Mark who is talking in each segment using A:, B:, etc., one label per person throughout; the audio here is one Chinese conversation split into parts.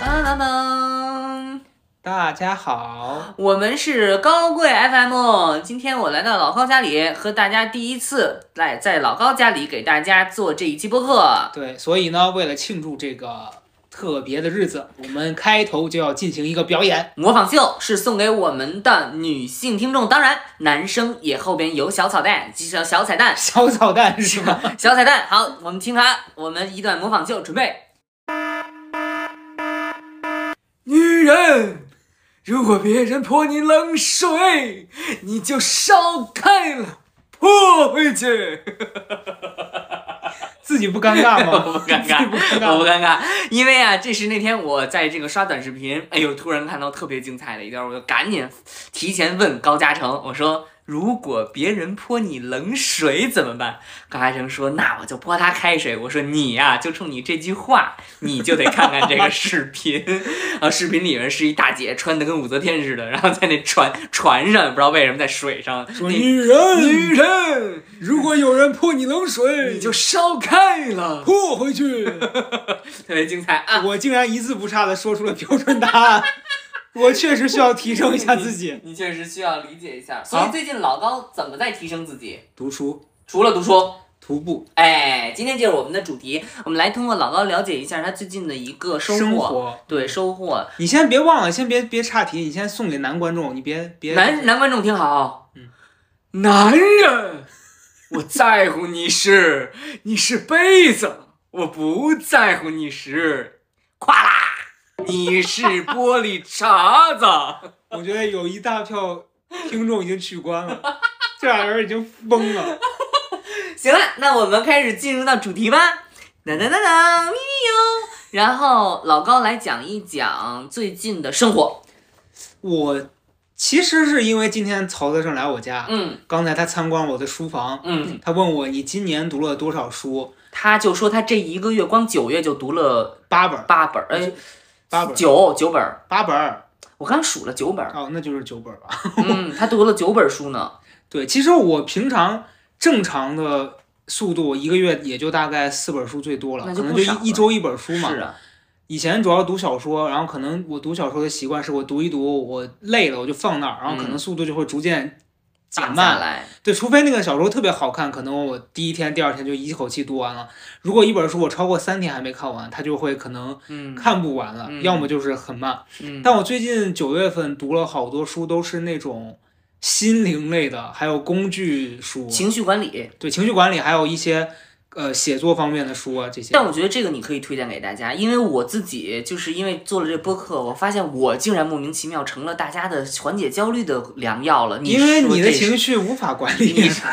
A: 噔噔，
B: 大家好，
A: 我们是高贵 FM。今天我来到老高家里，和大家第一次来在老高家里给大家做这一期播客。
B: 对，所以呢，为了庆祝这个特别的日子，我们开头就要进行一个表演。
A: 模仿秀是送给我们的女性听众，当然男生也后边有小彩蛋，小小彩蛋，
B: 小捣蛋是吗？
A: 小彩蛋。好，我们听它，我们一段模仿秀，准备。女人，如果别人泼你冷水，你就烧开了，泼回去。
B: 自己不尴尬
A: 我
B: 吗？
A: 不尴
B: 自
A: 尬，
B: 己不尴
A: 我不
B: 尬。
A: 尴尬，因为啊，这是那天我在这个刷短视频，哎呦，突然看到特别精彩的一段，我就赶紧提前问高嘉诚，我说如果别人泼你冷水怎么办？高嘉诚说那我就泼他开水。我说你呀、就冲你这句话，你就得看看这个视频 啊。视频里面是一大姐穿的跟武则天似的，然后在那船船上，不知道为什么在水上，
B: 说
A: 那
B: 女人，
A: 女人
B: 如果有人泼你冷水，
A: 你就烧开了，
B: 泼回去。
A: 特别精彩啊！
B: 我竟然一字不差的说出了标准答案，我确实需要提升一下自己。
A: 你确实需要理解一下。所以最近老高怎么在提升自己？
B: 读书、
A: 除了读书，
B: 徒步、
A: 哎，今天就是我们的主题，我们来通过老高了解一下他最近的一个收获。
B: 生活，
A: 对收获，
B: 你先别忘了，先别别岔题，你先送给男观众，你别别
A: 男男观众听好，
B: 嗯
A: 男人，我在乎你是你是杯子，我不在乎你是，夸啦，你是玻璃碴子。
B: 我觉得有一大票听众已经取关了，这俩人已经疯了。
A: 行了，那我们开始进入到主题吧。噔噔噔噔，咪咪哟。然后老高来讲一讲最近的生活。
B: 我其实是因为今天曹德胜来我家，
A: 嗯
B: 刚才他参观啊我的书房，
A: 嗯，
B: 他问我你今年读了多少书？
A: 他就说他这一个月光九月就读了
B: 八本儿，
A: 八本儿，哎，
B: 八本儿，
A: 九九本儿。
B: 八本儿，
A: 我刚数了九 本儿，
B: 哦，那就是九本儿吧？
A: 嗯，他读了九本 书呢。
B: 对，其实我平常正常的速度，一个月也就大概四本书最多了，
A: 那就
B: 可能
A: 不
B: 就
A: 少了
B: 一一周一本书嘛。
A: 是啊，
B: 以前主要读小说，然后可能我读小说的习惯是我读一读，我累了我就放那儿，然后
A: 嗯
B: 可能速度就会逐渐减
A: 打下
B: 慢。
A: 来，
B: 对，除非那个小说特别好看，可能我第一天、第二天就一口气读完了。如果一本书我超过三天还没看完，它就会可能
A: 嗯
B: 看不完了，
A: 嗯
B: 要么就是很慢。
A: 嗯，
B: 但我最近九月份读了好多书，都是那种心灵类的，还有工具书，
A: 情绪管理。
B: 对情绪管理，还有一些呃写作方面的书啊这些。
A: 但我觉得这个你可以推荐给大家，因为我自己就是因为做了这播客，我发现我竟然莫名其妙成了大家的缓解焦虑的良药了。
B: 因为
A: 说
B: 你的
A: 这是
B: 情绪无法管理，
A: 你说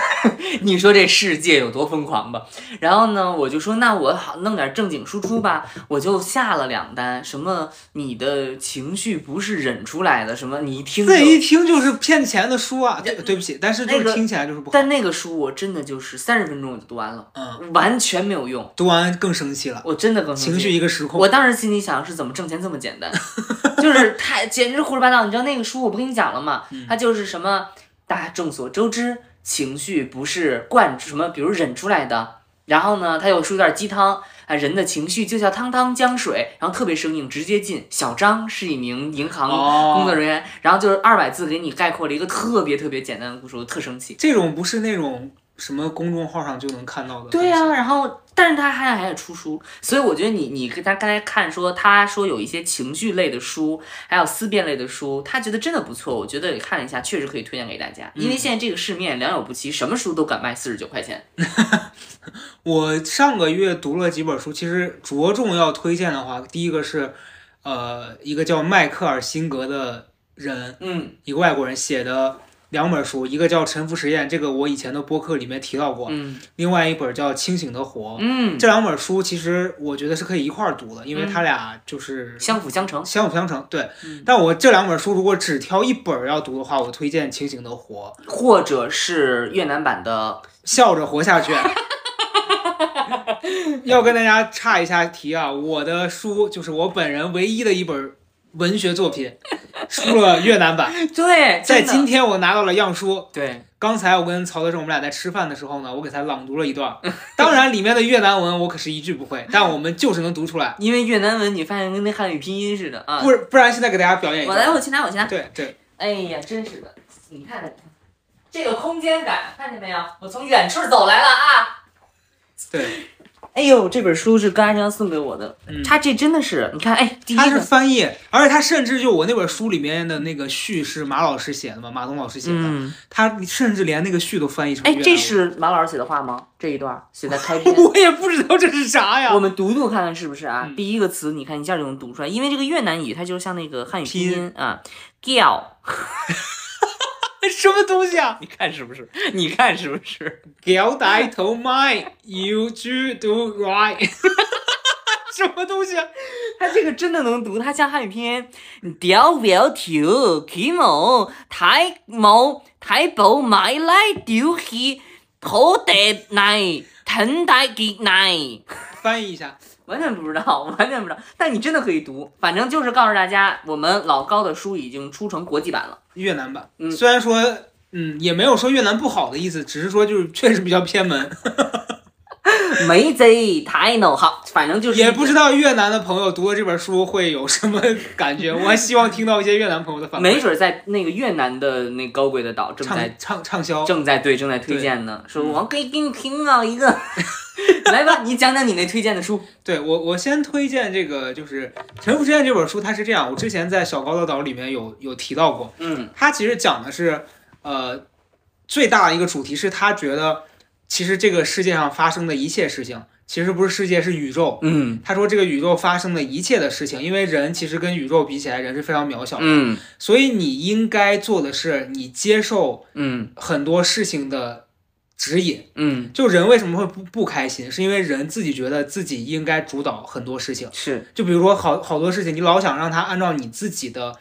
A: 你说这世界有多疯狂吧？然后呢，我就说那我好弄点正经输出吧，我就下了两单，什么你的情绪不是忍出来的，什么你一听就
B: 这一听就是骗钱的书啊！对对不起，但是就
A: 那个
B: 是听起来就是不好。
A: 但那个书我真的就是三十分钟我就读完了，
B: 嗯，
A: 完全没有用，
B: 读完更生气了，
A: 我真的更生气
B: 情绪一个失控。
A: 我当时心里想是怎么挣钱这么简单， 就是太简直胡说八道。你知道那个书我不跟你讲了吗？它就是什么大众所周知，情绪不是惯什么，比如忍出来的。然后呢，它又说有点鸡汤啊，人的情绪就像汤汤江水，然后特别生硬，直接进。小张是一名银行工作
B: 哦，
A: 人员，然后就是二百字给你概括了一个特别特别简单的故事，我特生气。
B: 这种不是那种什么公众号上就能看到的。
A: 对呀、，然后但是他还还得出书，所以我觉得你你跟他刚才看说，他说有一些情绪类的书，还有思辨类的书，他觉得真的不错，我觉得也看了一下，确实可以推荐给大家，因为现在这个市面良莠不齐，什么书都敢卖四十九块钱。
B: 我上个月读了几本书，其实着重要推荐的话，第一个是，呃，一个叫迈克尔辛格的人，
A: 嗯
B: 一个外国人写的两本书，一个叫《沉浮实验》，这个我以前的播客里面提到过，
A: 嗯
B: 另外一本叫《清醒的活》。
A: 嗯，
B: 这两本书其实我觉得是可以一块儿读的，因为它俩就是
A: 相辅相成。
B: 相辅相成。对
A: 嗯，
B: 但我这两本书如果只挑一本儿要读的话，我推荐《清醒的活》，
A: 或者是越南版的，
B: 笑着活下 去。要跟大家岔 一下题啊，我的书就是我本人唯一的一本文学作品，出了越南版。
A: 哎对，
B: 在
A: 真的
B: 今天我拿到了样书。
A: 对
B: 刚才我跟曹德胜我们俩在吃饭的时候呢，我给他朗读了一段，当然里面的越南文我可是一句不 会，但我们就是能读出来，
A: 因为越南文你发现跟那汉语拼音似的啊。
B: 不是不然现在给大家表演一
A: 我来，
B: 段。
A: 我去拿，我去拿。
B: 对对，
A: 哎呀，真是的，你看看，你看这个空间感，看见没有？我从远处走来了啊！
B: 对，
A: 哎呦，这本书是高家强送给我的，
B: 嗯
A: 他这真的是，你看，哎，第一
B: 他是
A: 个，
B: 翻译，而且他甚至就我那本书里面的那个序是马老师写的嘛，马东老师写的，
A: 嗯，
B: 他甚至连那个序都翻译成越
A: 哎，
B: 南文。。
A: 这是马老师写的话吗？这一段写在开 篇
B: 我也不知道这是啥呀
A: 我。们读读看看是不是啊？
B: 嗯
A: 第一个词，你看一下就能读出来，因为这个越南语它就像那个汉语拼
B: 拼
A: 音 啊，giao，
B: 什么东西 啊？
A: 你看是不是？你看是不是？
B: 屌带头麦，you do do right，什么东西啊？
A: 它这个真的能读，它像汉语拼音。屌表条起毛抬毛抬宝买来屌起土地内腾大吉内，
B: 翻译一下，
A: 完全不知道，完全不知道。但你真的可以读，反正就是告诉大家，我们老高的书已经出成国际版了。
B: 越南版。
A: 嗯
B: 虽然说，嗯，也没有说越南不好的意思，只是说就是确实比较偏门，
A: 没贼太能好，反正就是
B: 也不知道越南的朋友读了这本书会有什么感觉。我还希望听到一些越南朋友的反馈。
A: 没准在那个越南的那高贵的岛正在
B: 畅畅畅销，
A: 正在对正在推荐呢，说
B: 嗯
A: 我可以给你听到一个， 来吧，你讲讲你那推荐的书。
B: 对我，我先推荐这个就是《沉浮之恋》这本书，它是这样，我之前在《小高的岛》里面有有提到过，
A: 嗯
B: 他其实讲的是，呃，最大的一个主题是他觉得，其实这个世界上发生的一切事情，其实不是世界，是宇宙。
A: 嗯
B: 他说这个宇宙发生的一切的事情，因为人其实跟宇宙比起来，人是非常渺小的，
A: 嗯
B: 所以你应该做的是，你接受
A: 嗯
B: 很多事情的指引。
A: 嗯，
B: 就人为什么会不不开心，是因为人自己觉得自己应该主导很多事情。
A: 是
B: 就比如说好好多事情，你老想让它按照你自己的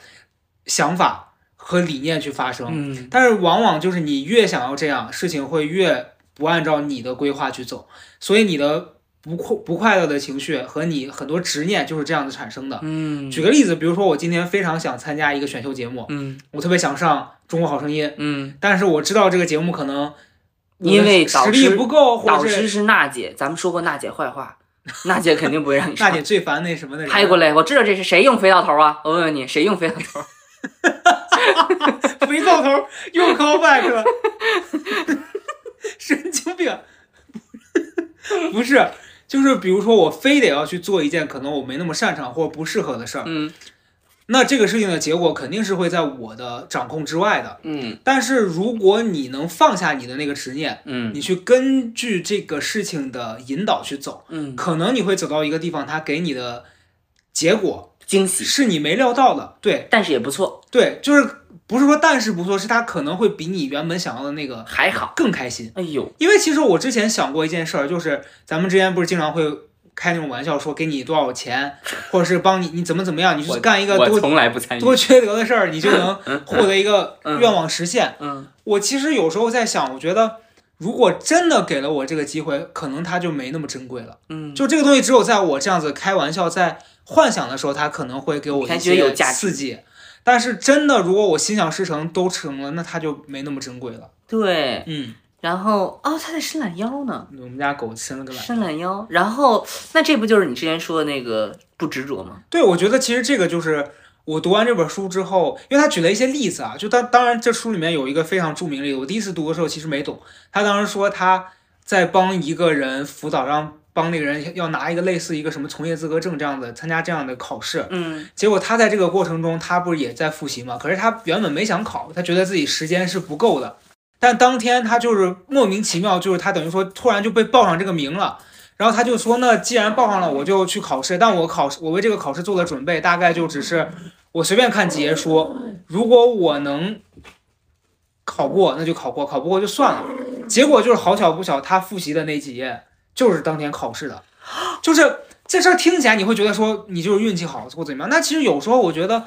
B: 想法和理念去发生，
A: 嗯
B: 但是往往就是你越想要这样，事情会越不按照你的规划去走，所以你的不快不快乐的情绪和你很多执念就是这样子产生的。
A: 嗯
B: 举个例子，比如说我今天非常想参加一个选秀节目，
A: 嗯
B: 我特别想上《中国好声音》，
A: 嗯，
B: 但是我知道这个节目可能我的
A: 因为导
B: 实
A: 师
B: 力不够，
A: 导
B: 或者
A: 师
B: 是
A: 是娜姐，咱们说过娜姐坏 话，娜姐肯定不会让你
B: 大
A: 上。
B: 姐最烦那什么的人，
A: 拍过来，我知道这是谁用肥皂头啊？我问问你，谁用肥皂头？
B: 肥皂头又 callback 了，神经病！ 不是，就是比如说我非得要去做一件可能我没那么擅长或不适合的事儿，
A: 嗯
B: 那这个事情的结果肯定是会在我的掌控之外的。
A: 嗯
B: 但是如果你能放下你的那个执念，
A: 嗯
B: 你去根据这个事情的引导去走，
A: 嗯，
B: 可能你会走到一个地方，它给你的结果
A: 惊喜，
B: 是你没料到的。对
A: 但是也不错，
B: 对，就是不是说但是不错，是它可能会比你原本想要的那个
A: 还好。
B: 更开心。
A: 哎呦，
B: 因为其实我之前想过一件事儿，就是咱们之前不是经常会开那种玩笑，说给你多少钱，或者是帮你你怎么怎么样，你去
A: 我
B: 干一个
A: 我
B: 多
A: 从来不参与。
B: 多缺德的事儿，你就能获得一个
A: 嗯
B: 愿望实现。
A: 嗯
B: 我其实有时候在想，我觉得如果真的给了我这个机会，可能它就没那么珍贵了。
A: 嗯，
B: 就这个东西，只有在我这样子开玩笑、在幻想的时候，它可能会给我
A: 你还
B: 一
A: 觉得有
B: 些
A: 价值
B: 刺激。但是真的，如果我心想事成都成了，那它就没那么珍贵了。
A: 对。
B: 嗯，
A: 然后哦，他在伸懒腰呢。
B: 我们家狗伸了个懒
A: 伸懒腰，然后那这不就是你之前说的那个不执着吗？
B: 对，我觉得其实这个就是我读完这本书之后，因为他举了一些例子啊，就当当然这书里面有一个非常著名的例子，我第一次读的时候其实没懂，他当时说他在帮一个人辅导，让帮那个人要拿一个类似一个什么从业资格证这样的参加这样的考试，
A: 嗯
B: 结果他在这个过程中他不是也在复习嘛，可是他原本没想考，他觉得自己时间是不够的，但当天他就是莫名其妙，就是他等于说突然就被报上这个名了。然后他就说：“那既然报上了，我就去考试。但我考试，我为这个考试做的准备，大概就只是我随便看几页书。如果我能考过，那就考过；考不过就算了。结果就是好巧不巧，他复习的那几页就是当天考试的，就是这事儿听起来你会觉得说你就是运气好或怎么样。那其实有时候我觉得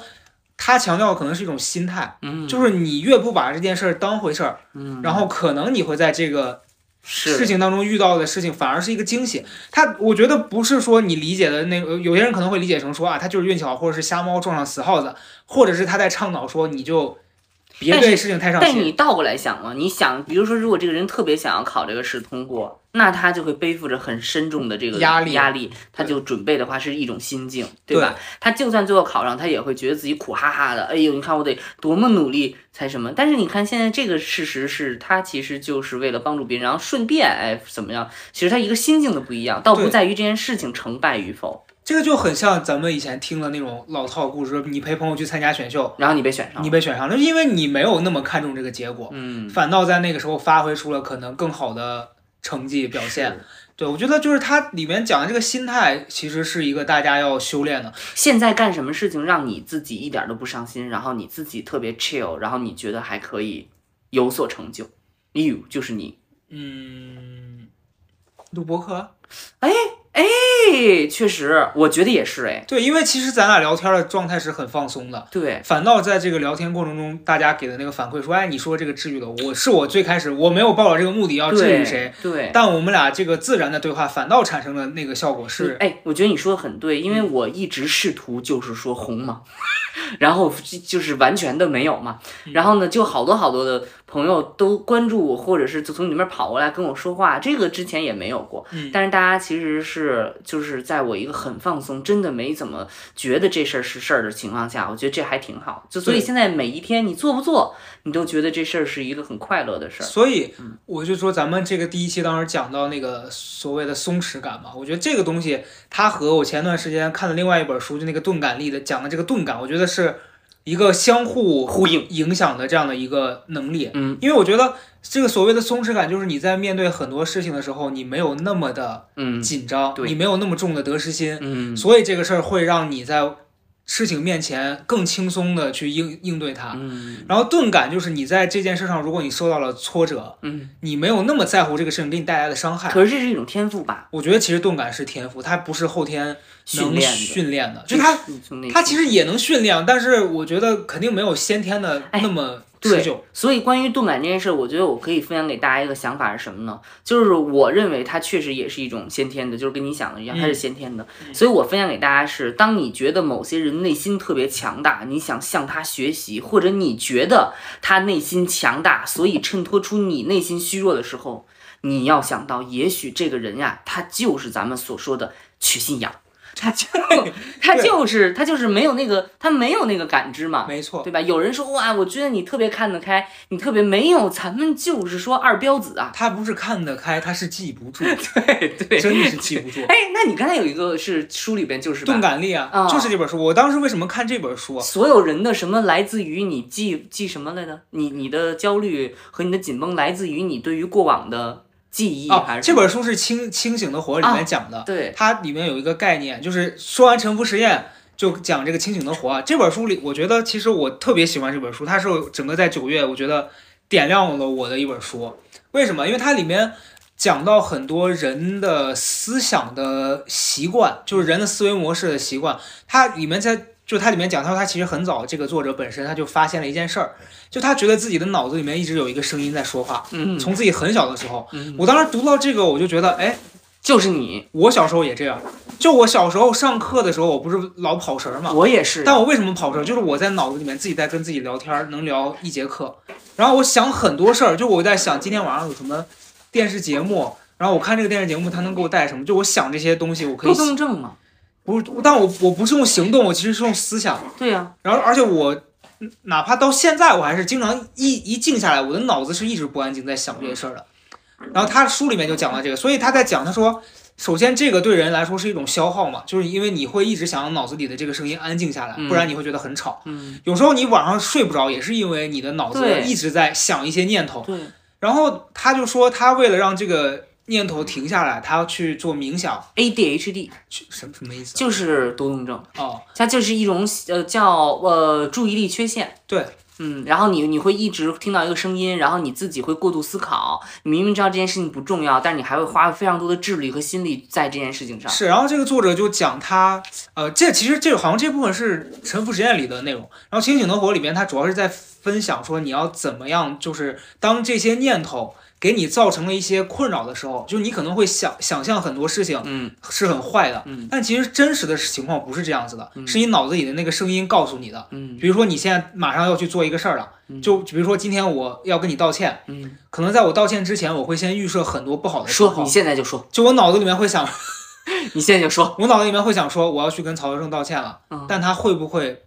B: 他强调的可能是一种心态，
A: 嗯
B: 就是你越不把这件事儿当回事儿，
A: 嗯
B: 然后可能你会在这个
A: 是
B: 事情当中遇到的事情，反而是一个惊喜。他我觉得不是说你理解的那个，有些人可能会理解成说啊，他就是运气好，或者是瞎猫撞上死耗子，或者是他在倡导说你就别
A: 但是
B: 对事情太上
A: 但
B: 心。
A: 你倒过来想嘛，你想，比如说，如果这个人特别想要考这个试通过，那他就会背负着很深重的这个
B: 压力
A: 压力，他就准备的话是一种心境，
B: 对
A: 吧？他就算最后考上，他也会觉得自己苦哈哈的，哎呦，你看我得多么努力才什么？但是你看现在这个事实是，他其实就是为了帮助别人，然后顺便哎怎么样？其实他一个心境的不一样，倒不
B: 对
A: 在于这件事情成败与否，
B: 这个就很像咱们以前听的那种老套故事，你陪朋友去参加选秀，
A: 然后你被选上了，
B: 你被选上了，因为你没有那么看重这个结果，
A: 嗯，
B: 反倒在那个时候发挥出了可能更好的成绩表现。
A: 是
B: 对，我觉得就是它里面讲的这个心态，其实是一个大家要修炼的。
A: 现在干什么事情让你自己一点都不伤心，然后你自己特别 chill，然后你觉得还可以有所成就？you 就是你，
B: 嗯，录播课，
A: 哎，确实，我觉得也是，哎，
B: 对，因为其实咱俩聊天的状态是很放松的，
A: 对，
B: 反倒在这个聊天过程中，大家给的那个反馈说，哎，你说这个治愈了我，是我最开始我没有抱着这个目的要治愈哦谁，
A: 对？对，
B: 但我们俩这个自然的对话，反倒产生了那个效果是
A: 嗯哎，我觉得你说的很对，因
B: 嗯
A: 为我一直试图就是说红嘛， 然后就就是完全的没有嘛，
B: 嗯
A: 然后呢，就好多好多的朋友都关注我，或者是就从你那边跑过来跟我说话，这个之前也没有过。
B: 嗯
A: 但是大家其实是就是在我一个很放松，真的没怎么觉得这事儿是事儿的情况下，我觉得这还挺好。就所以
B: 对
A: 现在每一天你做不做，你都觉得这事儿是一个很快乐的事儿。
B: 所以
A: 嗯
B: 我就说，咱们这个第一期当时讲到那个所谓的松弛感嘛，我觉得这个东西，它和我前段时间看的另外一本书，就那个钝感力的讲的这个钝感，我觉得是一个相互
A: 呼应
B: 影响的这样的一个能力。
A: 嗯，
B: 因为我觉得这个所谓的松弛感，就是你在面对很多事情的时候，你没有那么的
A: 嗯
B: 紧张，
A: 对
B: 你没有那么重的得失心，
A: 嗯
B: 所以这个事儿会让你在事情面前更轻松的去应应对它。
A: 嗯
B: 然后钝感就是你在这件事上，如果你受到了挫折，
A: 嗯，
B: 你没有那么在乎这个事情给你带来的伤害。
A: 可是这是一种天赋吧，
B: 我觉得其实钝感是天赋，它不是后天
A: 训
B: 能
A: 练的。
B: 训练的，就它它其实也能训练，但是我觉得肯定没有先天的
A: 哎
B: 那么
A: 对
B: 持久。
A: 所以关于动感这件事，我觉得我可以分享给大家一个想法是什么呢？就是我认为它确实也是一种先天的，就是跟你想的一样，
B: 嗯
A: 它是先天的。
B: 嗯
A: 所以我分享给大家是，当你觉得某些人内心特别强大，你想向他学习，或者你觉得他内心强大，所以衬托出你内心虚弱的时候，你要想到，也许这个人呀、他就是咱们所说的缺信仰。他就他就是他就是没有那个他没有那个感知嘛，
B: 没错，
A: 啊对吧？有人说哇，我觉得你特别看得开，你特别没有，咱们就是说二彪 子啊，
B: 它不是看得开，它是记不住，
A: 对 对
B: 真的是记 不住。
A: 哎，那你刚才有一个是书里边就是吧
B: 钝感力
A: 啊
B: 啊，就是这本书。我当时为什么看这本书？啊
A: 所有人的什么来自于你记记什么来着？你你的焦虑和你的紧绷来自于你对于过往的记忆还
B: 啊，
A: 是
B: 这
A: 什么
B: 本书是《清清醒的活》里
A: 啊
B: 面讲的，
A: 对
B: 它里面有一个概念，就是说完沉浮实验，就讲这个清醒的活啊。这本书里，我觉得其实我特别喜欢这本书，它是我整个在九月，我觉得点亮了我的一本书。为什么？因为它里面讲到很多人的思想的习惯，就是人的思维模式的习惯。它里面在就它里面讲到，他其实很早这个作者本身他就发现了一件事儿，就他觉得自己的脑子里面一直有一个声音在说话，
A: 嗯
B: 从自己很小的时候。
A: 嗯，
B: 我当时读到这个，我就觉得，哎，
A: 就是你，
B: 我小时候也这样，就我小时候上课的时候，我不是老跑神儿嘛。
A: 我也是，
B: 嗯但我为什么跑神儿？就是我在脑子里面自己在跟自己聊天儿，能聊一节课。然后我想很多事儿，就我在想今天晚上有什么电视节目，然后我看这个电视节目它能给我带什么。就我想这些东西，我可
A: 多
B: 以
A: 动症嘛，
B: 不是，但我我不是用行动，我其实是用思想。
A: 对啊呀、
B: 然后而且我嗯哪怕到现在，我还是经常一一静下来，我的脑子是一直不安静，在想这些事儿的。然后他书里面就讲到这个，所以他在讲，他说，首先这个对人来说是一种消耗嘛，就是因为你会一直想让脑子里的这个声音安静下来，
A: 嗯
B: 不然你会觉得很吵。
A: 嗯，
B: 有时候你晚上睡不着，也是因为你的脑
A: 对
B: 子一直在想一些念头。
A: 对，
B: 然后他就说，他为了让这个念头停下来，他要去做冥想，
A: ADHD
B: 去什么什么意思？啊
A: 就是多动症，
B: 哦，
A: 它就是一种呃叫呃注意力缺陷。
B: 对，
A: 嗯，然后你你会一直听到一个声音，然后你自己会过度思考。你明明知道这件事情不重要，但是你还会花非常多的智力和心力在这件事情上。
B: 是，然后这个作者就讲他，呃，这其实这好像这部分是《沉浮实验》里的内容，然后《清醒的火》里边，他主要是在分享说你要怎么样，就是当这些念头给你造成了一些困扰的时候，就是你可能会想想象很多事情
A: 嗯
B: 是很坏的，
A: 嗯
B: 但其实真实的情况不是这样子的，
A: 嗯
B: 是你脑子里的那个声音告诉你的。
A: 嗯
B: 比如说你现在马上要去做一个事儿了，
A: 嗯
B: 就比如说今天我要跟你道歉，
A: 嗯，
B: 可能在我道歉之前，我会先预设很多不好的情
A: 说，你
B: 况，
A: 现在就说，
B: 就我脑子里面会想，
A: 你现在就说，
B: 我脑子里面会想说我要去跟曹德胜道歉了，
A: 嗯
B: 但他会不会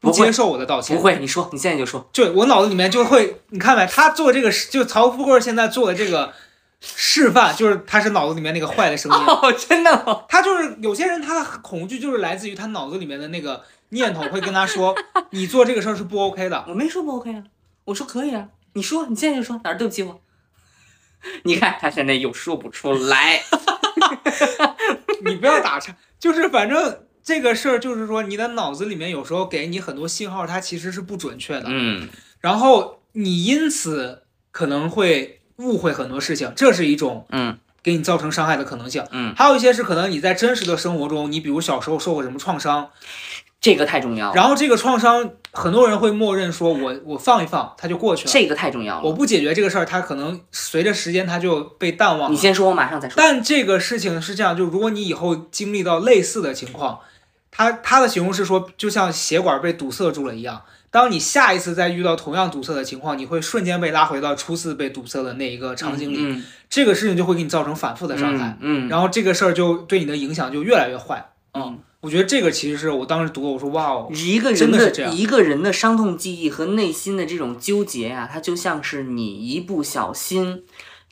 B: 不
A: 不会
B: 接受我的道歉？
A: 不会，你说，你现在就说，
B: 对我脑子里面就会，你看呗，他做这个事，就曹富贵现在做的这个示范，就是他是脑子里面那个坏的声音。
A: 哦，真的吗？
B: 他就是有些人，他的恐惧就是来自于他脑子里面的那个念头会跟他说，你做这个事儿是不 OK 的。
A: 我没说不 OK 啊，我说可以啊，你说，你现在就说，哪儿对不起我？你看他现在又说不出来，
B: 你不要打岔，就是反正这个事儿就是说，你的脑子里面有时候给你很多信号，它其实是不准确的，
A: 嗯
B: 然后你因此可能会误会很多事情，这是一种
A: 嗯
B: 给你造成伤害的可能性。
A: 嗯，
B: 还有一些是可能你在真实的生活中，你比如小时候受过什么创伤，
A: 这个太重要了，
B: 然后这个创伤很多人会默认说我我放一放，它就过去了。
A: 这个太重要
B: 我
A: 了。
B: 不解决这个事儿，它可能随着时间它就被淡忘
A: 你
B: 了。
A: 先说，我马上再说。
B: 但这个事情是这样，就如果你以后经历到类似的情况，它它的形容是说，就像血管被堵塞住了一样。当你下一次再遇到同样堵塞的情况，你会瞬间被拉回到初次被堵塞的那一个场景里，
A: 嗯
B: 这个事情就会给你造成反复的
A: 嗯
B: 伤害，
A: 嗯，
B: 然后这个事儿就对你的影响就越来越坏。
A: 嗯，
B: 我觉得这个其实是我当时读的，我说哇哦，
A: 一个人
B: 真的是这样
A: 一个人的伤痛记忆和内心的这种纠结啊，它就像是你一不小心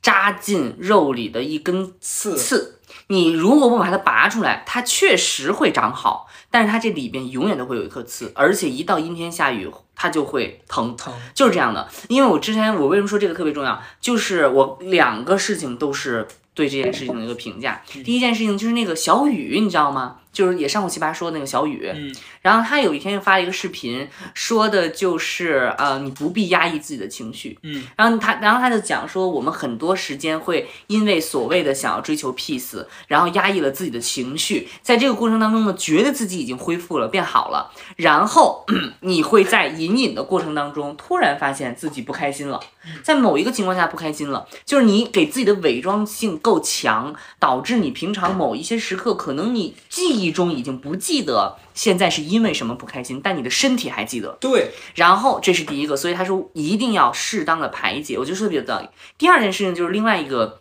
A: 扎进肉里的一根
B: 刺
A: 刺。你如果不把它拔出来，它确实会长好，但是它这里边永远都会有一颗刺，而且一到阴天下雨，它就会疼。
B: 疼，
A: 就是这样的。因为我之前我为什么说这个特别重要，就是我两个事情都是对这件事情的一个评价。
B: 嗯
A: 第一件事情就是那个小雨，你知道吗？就是也上过奇葩说那个小雨，
B: 嗯
A: 然后他有一天就发了一个视频，说的就是呃，你不必压抑自己的情绪。
B: 嗯，
A: 然后他，然后他就讲说，我们很多时间会因为所谓的想要追求 peace，然后压抑了自己的情绪，在这个过程当中呢，觉得自己已经恢复了，变好了，然后 你会在隐隐的过程当中，突然发现自己不开心了，在某一个情况下不开心了，就是你给自己的伪装性够强，导致你平常某一些时刻，可能你记忆中已经不记得现在是因为什么不开心，但你的身体还记得。
B: 对，
A: 然后这是第一个，所以他说一定要适当的排解，我觉得说的比较有道理。第二件事情就是另外一个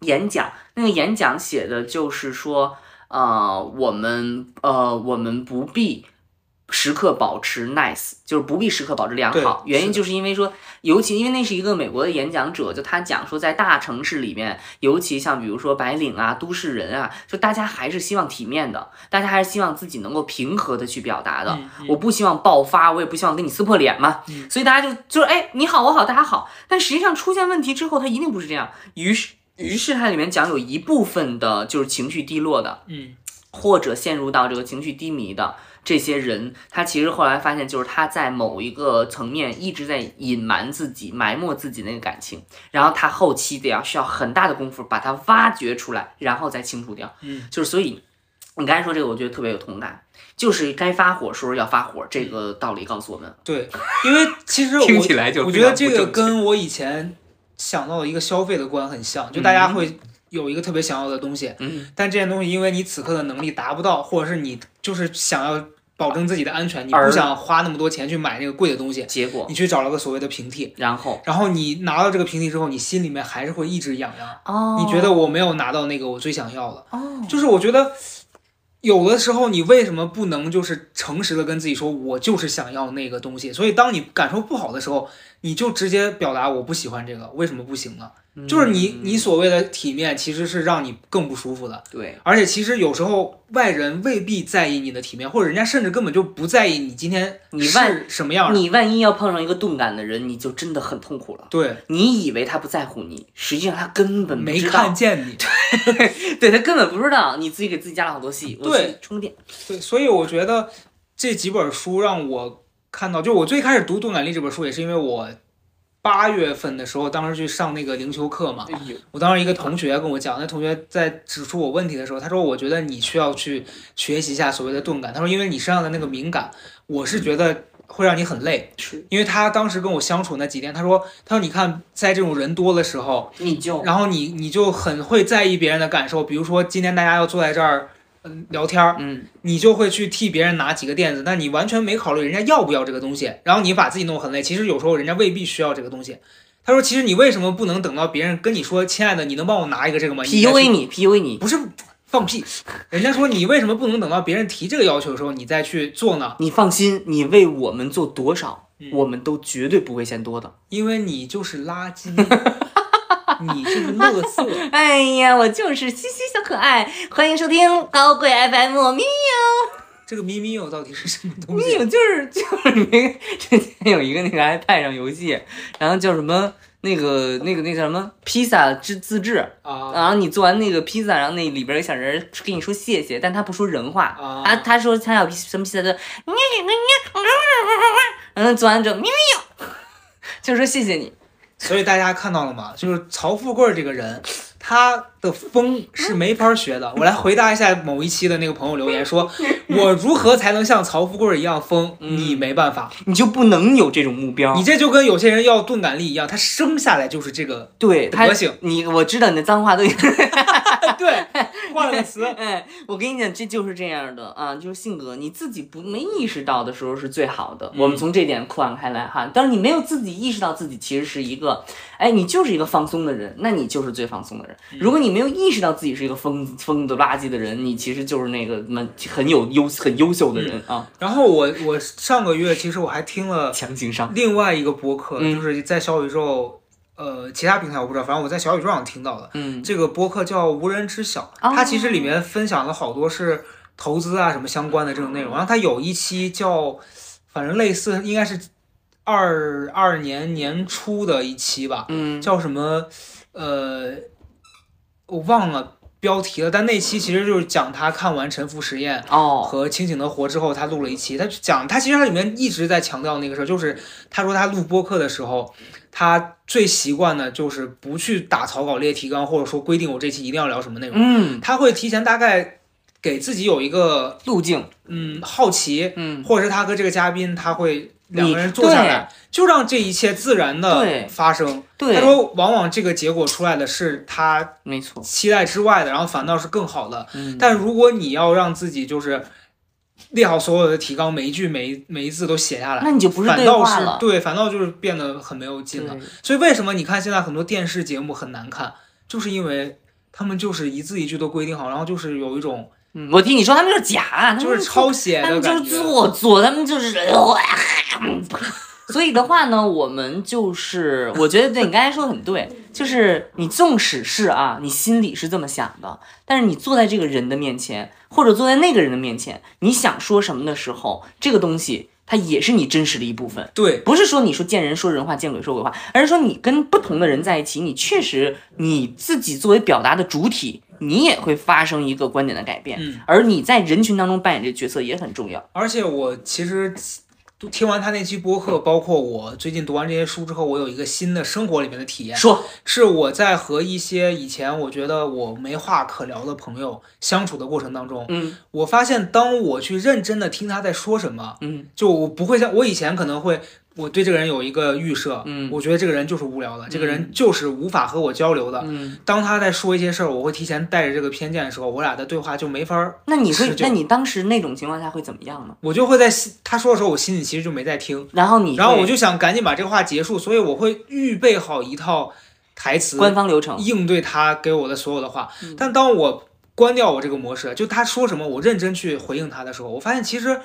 A: 演讲，那个演讲写的就是说，呃，我们呃我们不必。时刻保持 nice，就是不必时刻保持良好。
B: 对
A: 原
B: 是
A: 因
B: 的
A: 就是因为说，尤其因为那是一个美国的演讲者，就他讲说，在大城市里面，尤其像比如说白领啊、都市人啊，就大家还是希望体面的，大家还是希望自己能够平和的去表达的。
B: 嗯嗯
A: 我不希望爆发，我也不希望跟你撕破脸嘛。
B: 嗯
A: 所以大家就就是哎，你好，我好，大家好。但实际上出现问题之后，它一定不是这样。于是，于是它里面讲有一部分的就是情绪低落的，
B: 嗯
A: 或者陷入到这个情绪低迷的这些人，他其实后来发现，就是他在某一个层面一直在隐瞒自己、埋没自己那个感情，然后他后期得要需要很大的功夫把它挖掘出来，然后再清除掉。
B: 嗯，
A: 就是所以你刚才说这个，我觉得特别有同感，就是该发火时候要发火，这个道理告诉我们。
B: 对，因为其实我
A: 听起来就
B: 我
A: 非
B: 觉得
A: 常
B: 这
A: 不
B: 个
A: 正
B: 跟我以前想到的一个消费的观很像，就大家会有一个特别想要的东西，
A: 嗯
B: 但这件东西因为你此刻的能力达不到，或者是你就是想要保证自己的安全，你
A: 而
B: 不想花那么多钱去买那个贵的东西，
A: 结果，
B: 你去找了个所谓的平替。
A: 然后
B: 然后你拿到这个平替之后，你心里面还是会一直痒痒。
A: 哦
B: 你觉得我没有拿到那个我最想要的，
A: 哦，
B: 就是我觉得有的时候你为什么不能就是诚实的跟自己说，我就是想要那个东西？所以当你感受不好的时候，你就直接表达我不喜欢这个，为什么不行呢？就是
A: 嗯
B: 你你所谓的体面，其实是让你更不舒服的。
A: 对，
B: 而且其实有时候外人未必在意你的体面，或者人家甚至根本就不在意你今天
A: 你万
B: 是什么样的。
A: 你万一要碰上一个钝感的人，你就真的很痛苦了。
B: 对，
A: 你以为他不在乎你，实际上他根本不
B: 没
A: 知道
B: 看，见你。
A: 对他根本不知道，你自己给自己加了好多戏。我
B: 对
A: 去充电，
B: 对，所以我觉得这几本书让我看到，就我最开始读《钝感力》这本书，也是因为我八月份的时候，当时去上那个灵修课嘛。
A: 哎呦，
B: 我当时一个同学跟我讲，那同学在指出我问题的时候，他说：“我觉得你需要去学习一下所谓的钝感。”他说：“因为你身上的那个敏感，我是觉得会让你很累。
A: 是，
B: 因为他当时跟我相处那几天，他说，他说你看，在这种人多的时候，
A: 你就
B: 然后你你就很会在意别人的感受，比如说今天大家要坐在这儿，嗯，聊天儿，
A: 嗯，
B: 你就会去替别人拿几个垫子，但你完全没考虑人家要不要这个东西，然后你把自己弄很累。其实有时候人家未必需要这个东西。他说：“其实你为什么不能等到别人跟你说，亲爱的，你能帮我拿一个这个吗你再去
A: PUA 你，PUA 你，
B: 不是放屁，人家说你为什么不能等到别人提这个要求的时候你再去做呢？
A: 你放心，你为我们做多少，
B: 嗯
A: 我们都绝对不会嫌多的。
B: 因为你就是垃圾，你就是垃圾。”
A: 哎呀，我就是西西小可爱，欢迎收听高贵 FM，咪
B: 这个咪咪哟到底是什么东
A: 咪
B: 西？
A: 有嗯就是 就是那个之前有一个那个 iPad 上游戏，然后叫什么那个那个那叫什么披萨自自制，
B: 啊
A: 然后你做完那个披萨，然后那里边有小人儿跟你说谢谢，但他不说人话，
B: 啊
A: 他他说他要什么披萨就，然后做完之后，咪咪哟 就说谢谢你，
B: 所以大家看到了吗？就是曹富贵这个人，他的疯是没法学
A: 嗯
B: 的。我来回答一下某一期的那个朋友留言 说，我如何才能像曹富贵一样疯？
A: 嗯
B: 你没办法，
A: 你就不能有这种目标。
B: 你这就跟有些人要钝感力一样，他生下来就是这 个。
A: 对他
B: 德行，
A: 你我知道你的脏话都已经，
B: 对，换了个词。
A: 哎，我跟你讲，这就是这样的啊，就是性格，你自己不没意识到的时候是最好的。
B: 嗯
A: 我们从这点扩展开来哈，但是你没有自己意识到自己其实是一个，哎，你就是一个放松的人，那你就是最放松的人。
B: 嗯
A: 如果你没有意识到自己是一个疯疯的垃圾的人，你其实就是那个蛮很有优很优秀的人、啊，
B: 然后我我上个月其实我还听了
A: 强情商。
B: 另外一个播客，
A: 嗯
B: 就是在小宇宙，呃，其他平台我不知道，反正我在小宇宙上听到的。
A: 嗯，
B: 这个播客叫《无人知晓》，
A: 哦
B: 它其实里面分享了好多是投资啊什么相关的这种内容。然后它有一期叫，反正类似应该是二二年年初的一期吧，
A: 嗯，
B: 叫什么呃，我忘了标题了。但那期其实就是讲他看完《沉浮实验》
A: 哦，
B: 和《清醒的活》之后，他录了一期，他就讲他其实他里面一直在强调那个事儿，就是他说他录播客的时候，他最习惯的就是不去打草稿、列提纲，或者说规定我这期一定要聊什么内容，
A: 嗯，
B: 他会提前大概给自己有一个
A: 路径，
B: 嗯好奇，
A: 嗯，
B: 或者是他和这个嘉宾他会两
A: 你
B: 个人坐下来，就让这一切自然
A: 对
B: 的发生。嗯
A: 对，
B: 他
A: 对，
B: 说，往往这个结果出来的是他
A: 没错，
B: 期待之外的，然后反倒是更好的。
A: 嗯，
B: 但如果你要让自己就是列好所有的提纲，每一句每一每一字都写下来，
A: 那你就不是
B: 反
A: 对
B: 倒
A: 话
B: 是
A: 了，
B: 对，反倒就是变得很没有劲了。
A: 对
B: 所以为什么你看现在很多电视节目很难看，就是因为他们就是一字一句都规定好，然后就是有一种
A: 嗯，我听你说他们就是假，啊他们
B: 就是
A: 抄，
B: 抄写
A: 他
B: 的
A: 们就
B: 感
A: 是
B: 觉。
A: 做作，他们就是。 所以的话呢，我们就是，我觉得对你刚才说的很对，就是你纵使是啊，你心里是这么想的，但是你坐在这个人的面前，或者坐在那个人的面前，你想说什么的时候，这个东西它也是你真实的一部分。
B: 对，
A: 不是说你说见人说人话，见鬼说鬼话，而是说你跟不同的人在一起，你确实你自己作为表达的主体，你也会发生一个观点的改变。
B: 嗯，
A: 而你在人群当中扮演这角色也很重要。
B: 而且我其实。都听完他那期播客，包括我最近读完这些书之后，我有一个新的生活里面的体验。
A: 说，
B: 是我在和一些以前我觉得我没话可聊的朋友相处的过程当中，
A: 嗯
B: 我发现当我去认真的听他在说什么，
A: 嗯
B: 就我不会像我以前可能会，我对这个人有一个预设，
A: 嗯
B: 我觉得这个人就是无聊的，这个
A: 嗯
B: 人就是无法和我交流的。
A: 嗯，
B: 当他在说一些事儿，我会提前带着这个偏见的时候，我俩的对话就没法儿，
A: 那你会
B: 是，这
A: 那
B: 样
A: 你当时那种情况下会怎么样呢？
B: 我就会在心他说的时候，我心里其实就没在听，
A: 然后你，
B: 然后我就想赶紧把这个话结束，所以我会预备好一套台词，
A: 官方流程，
B: 应对他给我的所有的话
A: 嗯。
B: 但当我关掉我这个模式，就他说什么，我认真去回应他的时候，我发现其实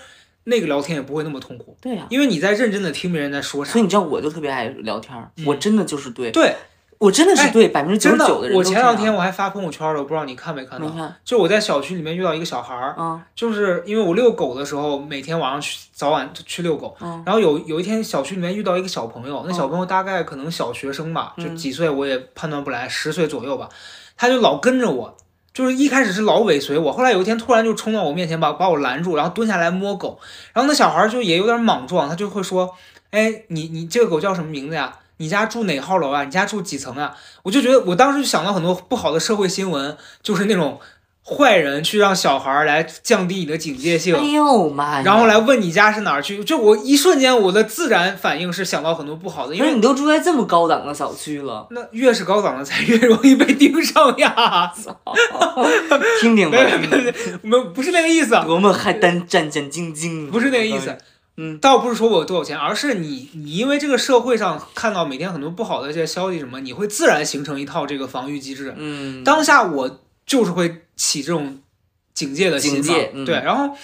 B: 那个聊天也不会那么痛苦，
A: 对呀、
B: 因为你在认真的听别人在说啥
A: 所。以你知道，我就特别爱聊天儿，
B: 嗯
A: 我真的就是对，
B: 对，
A: 我真的是
B: 哎
A: 对百分之九
B: 真
A: 十
B: 的
A: 九的，人
B: 我
A: 都
B: 前
A: 这
B: 两
A: 样
B: 天我还发朋友圈了，我不知道你看没看
A: 没
B: 到。
A: 看，
B: 就我在小区里面遇到一个小孩儿，
A: 嗯
B: 就是因为我遛狗的时候，每天晚上去早晚去遛狗，
A: 嗯
B: 然后有有一天小区里面遇到一个小朋友，那
A: 嗯
B: 小朋友大概可能小学生吧，就
A: 嗯
B: 几岁我也判断不来，十岁左右吧，他就老跟着我，就是一开始是老尾随我，后来有一天突然就冲到我面前把把我拦住，然后蹲下来摸狗，然后那小孩就也有点莽撞，他就会说，哎，你你这个狗叫什么名字呀？你家住哪号楼啊？你家住几层啊？我就觉得我当时就想到很多不好的社会新闻，就是那种坏人去让小孩儿来降低你的警戒
A: 哎
B: 性，
A: 呦妈呀！
B: 然后来问你家是哪儿去。就我一瞬间，我的自然反应是想到很多不好的，因
A: 因为
B: 为
A: 你都住在这么高档的小区了，
B: 那越是高档的才越容易被盯上 呀。
A: 听听吧
B: 没，有没有，没有不是那个意思啊，
A: 多么还单战战兢兢，
B: 不是那个意思。。
A: 嗯，
B: 倒不是说我有多少钱，而是你你因为这个社会上看到每天很多不好的这些消息什么，你会自然形成一套这个防御机制。
A: 嗯，
B: 当下我就是会起这种警戒的心嘛
A: 警戒嗯
B: 对，然后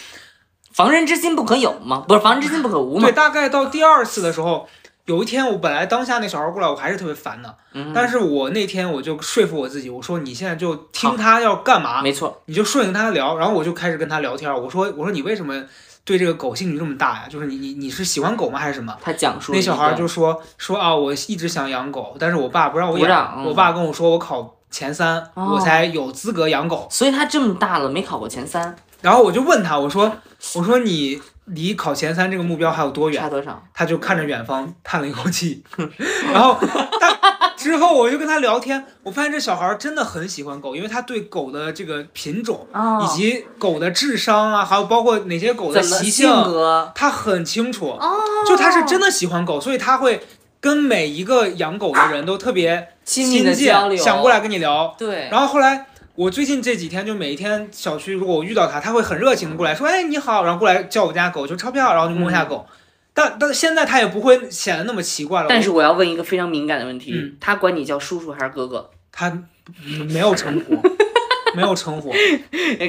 A: 防人之心不可有嘛，不是防人之心不可无嘛
B: 对，。大概到第二次的时候，有一天我本来当下那小孩过来，我还是特别烦的，
A: 嗯，
B: 但是我那天我就说服我自己，我说你现在就听他要干嘛，
A: 没错，
B: 你就顺应他聊，然后我就开始跟他聊天，我说我说你为什么对这个狗兴趣这么大呀？就是你你你是喜欢狗吗还是什么？
A: 他讲述
B: 那小孩
A: 一个
B: 就说说啊，我一直想养狗，但是我爸不让我
A: 不
B: 养，
A: 让嗯
B: 我爸跟我说我考前三，
A: 哦
B: 我才有资格养狗。
A: 所以他这么大了没考过前三，
B: 然后我就问他，我说我说你离考前三这个目标还有多远？
A: 差多少？
B: 他就看着远方叹了一口气， 然后他之后我就跟他聊天，我发现这小孩真的很喜欢狗，因为他对狗的这个品种。
A: 啊
B: 以及狗的智商啊，还有包括哪些狗的
A: 怎么
B: 习
A: 性
B: 性，
A: 格？哦
B: 他很清楚，就他是真的喜欢狗，所以他会跟每一个养狗的人都特别
A: 亲密的
B: 近
A: 交流，
B: 想过来跟你聊。
A: 对，
B: 然后后来我最近这几天就每一天小区如果我遇到他，他会很热情的过来说，哎你好，然后过来叫我家狗，就钞票，然后就摸一下狗。但但现在他也不会显得那么奇怪了，
A: 嗯但是我要问一个非常敏感的问题，
B: 嗯
A: 他管你叫叔叔还是哥哥？
B: 他没有称呼，没有称呼，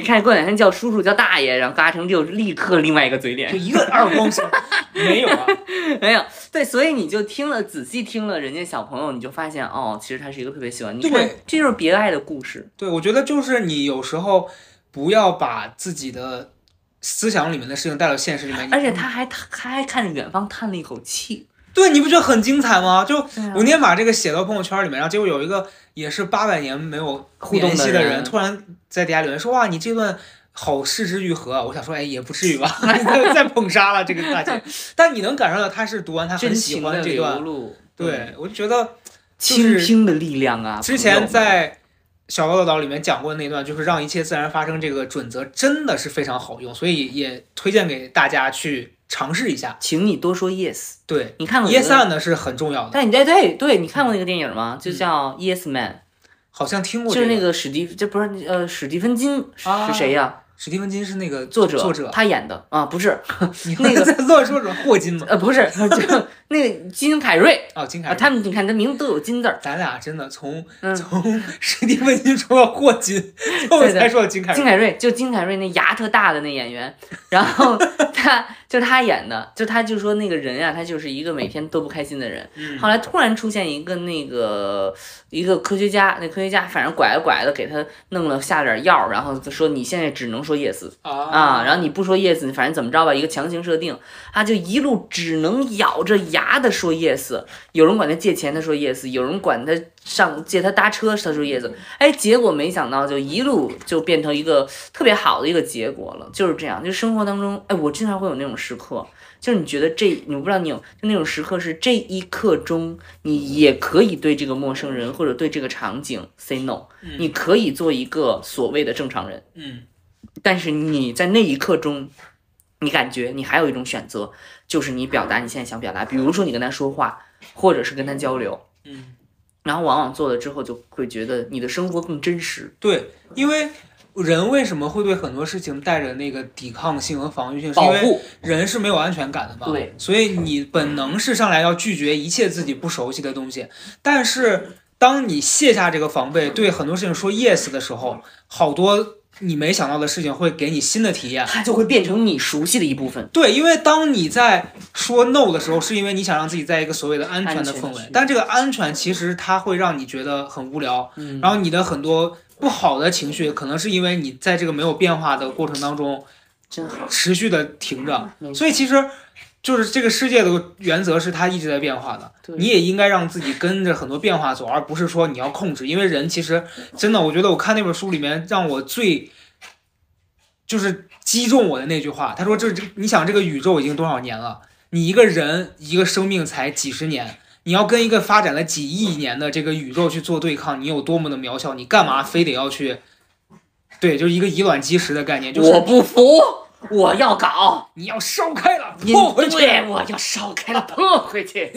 A: 看过两天叫叔叔叫大爷，然后嘎成就立刻另外一个嘴
B: 就
A: 脸，
B: 一个耳光型，没有啊。
A: 没有对，所以你就听了仔细听了人家小朋友，你就发现哦，其实他是一个特别喜欢你看
B: 对，
A: 这就是别爱的故事，
B: 对，我觉得就是你有时候不要把自己的思想里面的事情带到现实里面，你
A: 而且他还他还看着远方叹了一口气，
B: 对，你不觉得很精彩吗？就
A: 对啊
B: 我那天把这个写到朋友圈里面，然后结果有一个也是八百年没有
A: 互动的
B: 联系的
A: 人
B: 人，突然在底下留言说：“哇，你这段好失之愈合啊。”我想说，哎，也不至于 吧，在在捧杀了这个大姐。 但你能感受到他是读完，他
A: 真
B: 很喜
A: 情的
B: 欢这
A: 流
B: 段。
A: 露，嗯，
B: 对，我就觉得
A: 倾听的力量啊！
B: 之
A: 朋友
B: 前
A: 们
B: 在《小高的岛》里面讲过的那段，就是让一切自然发生这个准则真的是非常好用，所以也推荐给大家去尝试一下。
A: 请你多说 yes，
B: 对
A: 你看过那
B: ，yes
A: 个
B: and 是很重要的，
A: 但你对对对，你看过那个电影吗？就叫 Yes Man，
B: 好像听过
A: 就
B: 这
A: 是
B: 个。
A: 那个史蒂，这不是呃史蒂芬金是
B: 啊
A: 是谁呀？
B: 史蒂芬金是那个
A: 作者，
B: 作者，
A: 他演的啊，不是，
B: 你
A: 那个
B: 在作者 霍金吗？
A: 呃，不是， 就那个金凯瑞
B: 哦，金凯
A: 啊，
B: 瑞。
A: 他们你看他名字都有金字儿，
B: 咱俩真的从、
A: 嗯
B: 从史蒂芬金说到霍金， 后面才说到金凯
A: 金
B: 瑞。
A: 凯瑞就金凯瑞那牙特大的那演员，然后他就他演的，就他就说那个人啊，他就是一个每天都不开心的人，
B: 嗯
A: 后来突然出现一个那个一个科学家，那科学家反正拐了拐了，给他弄了下点药，然后说你现在只能说 yes 啊，然后你不说 yes，反正怎么着吧，一个强行设定，他就一路只能咬着牙的说 yes。有人管他借钱，他说 yes；有人管他上借他搭车，他说 yes。哎，结果没想到就一路就变成一个特别好的一个结果了，就是这样。就生活当中，哎，我经常会有那种时刻，就是你觉得这，你不知道你有，就那种时刻是这一刻钟，你也可以对这个陌生人或者对这个场景 say no，
B: 嗯
A: 你可以做一个所谓的正常人。
B: 嗯，
A: 但是你在那一刻中，你感觉你还有一种选择，就是你表达你现在想表达，比如说你跟他说话，或者是跟他交流，
B: 嗯，
A: 然后往往做了之后就会觉得你的生活更真实。
B: 对，因为人为什么会对很多事情带着那个抵抗性和防御性，是因
A: 保
B: 为
A: 护
B: 人是没有安全感的嘛。
A: 对，
B: 所以你本能是上来要拒绝一切自己不熟悉的东西，但是当你卸下这个防备，对很多事情说 yes 的时候，好多你没想到的事情会给你新的体验。
A: 它哎就会变成你熟悉的一部分。
B: 对，因为当你在说 no 的时候，是因为你想让自己在一个所谓的安全
A: 安
B: 的
A: 全
B: 氛
A: 区
B: 围，但这个安全其实它会让你觉得很无聊，
A: 嗯
B: 然后你的很多不好的情绪，可能是因为你在这个没有变化的过程当中，
A: 真好，
B: 持续的停着
A: 没。
B: 所以其实就是这个世界的原则是它一直在变化的
A: 对，
B: 你也应该让自己跟着很多变化走，而不是说你要控制。因为人其实真的，我觉得我看那本书里面让我最就是击中我的那句话，他说这这，你想这个宇宙已经多少年了，你一个人一个生命才几十年。你要跟一个发展了几亿年的这个宇宙去做对抗，你有多么的渺小？你干嘛非得要去对，就是一个以卵击石的概念，就
A: 我
B: 是
A: 不服，我要搞，
B: 你要烧开了，
A: 你
B: 泼回去，
A: 对我要烧 开了泼回去。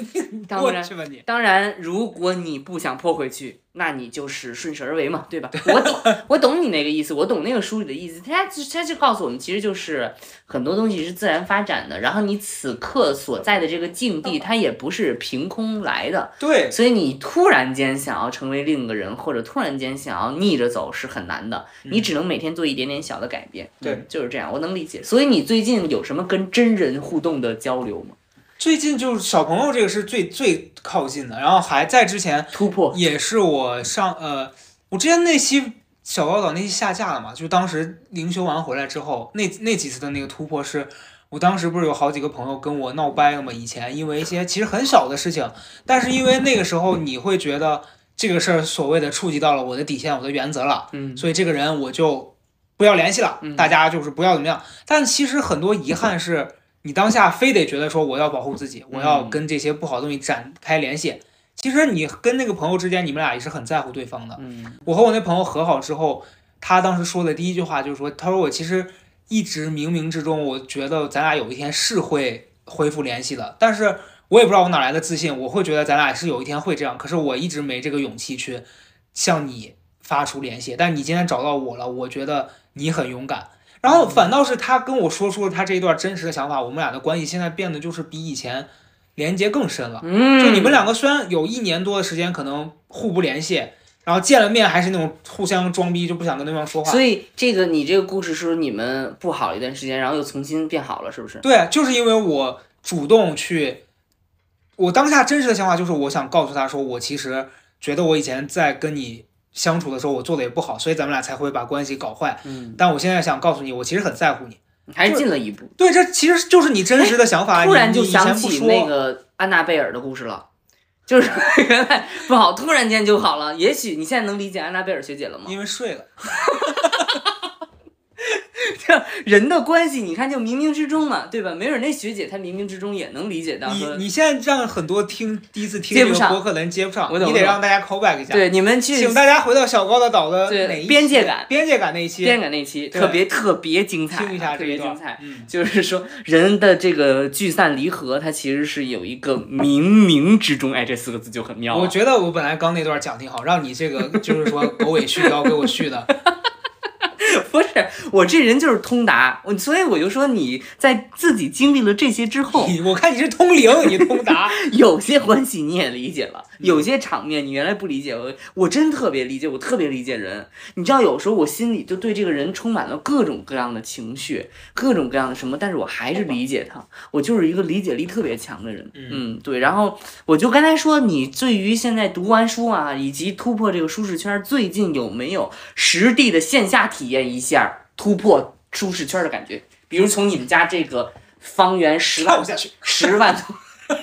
A: 当
B: 过
A: 然，
B: 去吧你。
A: 当然，如果你不想泼回去，那你就是顺势而为嘛，对吧？我懂，我懂你那个意思，我懂那个书里的意思。他就他就告诉我们，其实就是很多东西是自然发展的，然后你此刻所在的这个境地，它也不是凭空来的，
B: 对，
A: 所以你突然间想要成为另一个人，或者突然间想要逆着走是很难的，你只能每天做一点点小的改变。
B: 嗯对
A: 嗯，就是这样，我能理解。所以你最近有什么跟真人互动的交流吗？
B: 最近就是小朋友这个是最最靠近的，然后还在之前
A: 突破
B: 也是我上呃，我之前那期小高岛那期下架了嘛，就是当时灵修完回来之后，那那几次的那个突破是，我当时不是有好几个朋友跟我闹掰了嘛，以前因为一些其实很小的事情，但是因为那个时候你会觉得这个事儿所谓的触及到了我的底线，我的原则了，
A: 嗯
B: 所以这个人我就不要联系了，
A: 嗯
B: 大家就是不要怎么样。但其实很多遗憾是你当下非得觉得说我要保护自己，我
A: 嗯
B: 要跟这些不好的东西展开联系。其实你跟那个朋友之间，你们俩也是很在乎对方的。
A: 嗯
B: 我和我那朋友和好之后，他当时说的第一句话就是说，他说我其实一直冥冥之中，我觉得咱俩有一天是会恢复联系的，但是我也不知道我哪来的自信，我会觉得咱俩是有一天会这样，可是我一直没这个勇气去向你发出联系。但你今天找到我了，我觉得你很勇敢。然后反倒是他跟我说出了他这一段真实的想法，我们俩的关系现在变得就是比以前连接更深了。
A: 嗯，
B: 就你们两个虽然有一年多的时间可能互不联系，然后见了面还是那种互相装逼，就不想跟对方说话。
A: 所以这个你这个故事是你们不好一段时间，然后又重新变好了，是不是？
B: 对，就是因为我主动去，我当下真实的想法就是我想告诉他说，我其实觉得我以前在跟你相处的时候，我做的也不好，所以咱们俩才会把关系搞坏。
A: 嗯，
B: 但我现在想告诉你，我其实很在乎你。
A: 还是进了一步。
B: 对，这其实就是你真实的想法。
A: 哎突然
B: 你
A: 就
B: 你以前
A: 想
B: 不
A: 起
B: 说
A: 那个安娜贝尔的故事了，就是 原来不好，突然间就好了。也许你现在能理解安娜贝尔学姐了吗？
B: 因为睡了。
A: 人的关系，你看就冥冥之中嘛，对吧？没准那学姐她冥冥之中也能理解到
B: 你
A: 说，
B: 你现在让很多听第一次听
A: 接
B: 这
A: 不
B: 个
A: 上
B: 博客的人接不上，
A: 我懂
B: 你
A: 我
B: 得
A: 懂
B: 让大家 callback 一下。
A: 对你们去
B: 请大家回到小高的岛的
A: 对
B: 哪一期
A: 边界感
B: 边界感那一期
A: 编感那期
B: 对
A: 特别特别精彩啊，
B: 听一下
A: 特
B: 这
A: 别
B: 一段
A: 精彩。
B: 嗯，
A: 就是说，人的这个聚散离合，它其实是有一个冥冥之中，哎，这四个字就很妙了。
B: 我觉得我本来刚那段讲挺好，让你这个就是说狗尾续貂给我续 的，
A: 不是我这人就是通达，我所以我就说你在自己经历了这些之 后，
B: 你我看你是通灵，你通 达，
A: 有些欢喜你也理解了，
B: 嗯
A: 有些场面你原来不理解，我我真特别理解，我特别理解人。你知道，有时候我心里就对这个人充满了各种各样的情绪，各种各样的什么，但是我还是理解他，我就是一个理解力特别强的人。
B: 嗯
A: 嗯，对。然后我就刚才说，你对于现在读完书啊，以及突破这个舒适圈，最近有没有实地的线下体验一下突破舒适圈的感觉？比如从你们家这个方圆十万
B: 跳下去。
A: 十万多。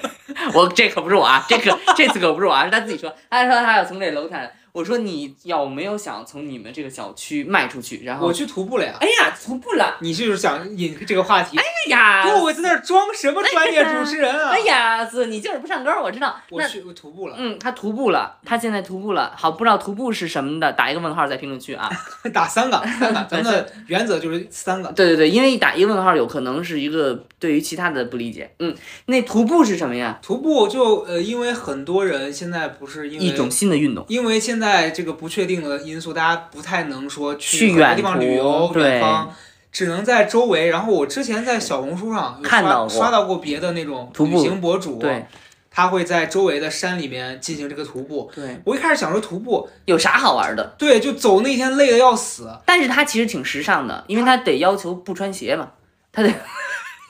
A: 我这可不是我啊，这可这次可不是我啊，是他自己说，他说他要从这楼看。我说你有没有想从你们这个小区卖出去？然后
B: 我去徒步了呀，
A: 哎呀，徒步了，
B: 你就是想引这个话题，
A: 哎呀，
B: 跟我在那儿装什么专业主持人啊
A: 哎？呀，子你就是不上钩，我知道。
B: 我
A: 那
B: 去我徒步了，
A: 嗯，他徒步了，他现在徒步了，好，不知道徒步是什么的，打一个问号在评论区啊。
B: 打三个，三个，咱们的原则就是三个。
A: 对对对，因为打一个问号有可能是一个对于其他的不理解。嗯，那徒步是什么呀？
B: 徒步就呃，因为很多人现在不是因为
A: 一种新的运动。
B: 因为现在这个不确定的因素，大家不太能说
A: 去
B: 去很多地
A: 远
B: 方
A: 途
B: 旅游，
A: 对
B: 远方只能在周围。然后我之前在小红书上有
A: 看
B: 刷
A: 到过
B: 刷到过别的那种
A: 徒步
B: 旅行博主，
A: 对
B: 他会在周围的山里面进行这个徒步。
A: 对，
B: 我一开始想说徒步，
A: 有啥好玩的？
B: 对，就走那天累得要死，
A: 但是他其实挺时尚的，因为他得要求不穿鞋嘛，他得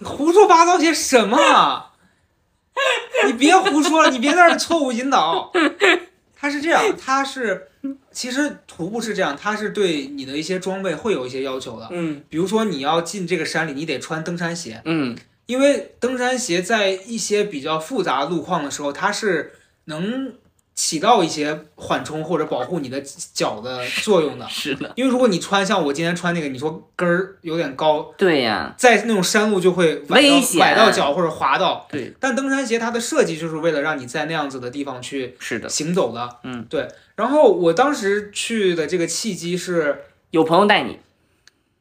B: 胡说八道些什么啊？ 你别胡说了，你别在那儿错误引导。他是这样，他是其实徒步是这样，他是对你的一些装备会有一些要求的。
A: 嗯
B: 比如说你要进这个山里，你得穿登山鞋，
A: 嗯
B: 因为登山鞋在一些比较复杂路况的时候，它是能起到一些缓冲或者保护你的脚的作用的。
A: 是的，
B: 因为如果你穿像我今天穿那个，你说跟儿有点高，
A: 对呀、
B: 在那种山路就会崴
A: 危
B: 到
A: 险
B: 崴到脚或者滑到。
A: 对，
B: 但登山鞋它的设计就是为了让你在那样子的地方去
A: 是的，
B: 行走的。
A: 嗯，
B: 对。然后我当时去的这个契机是
A: 有朋友带你，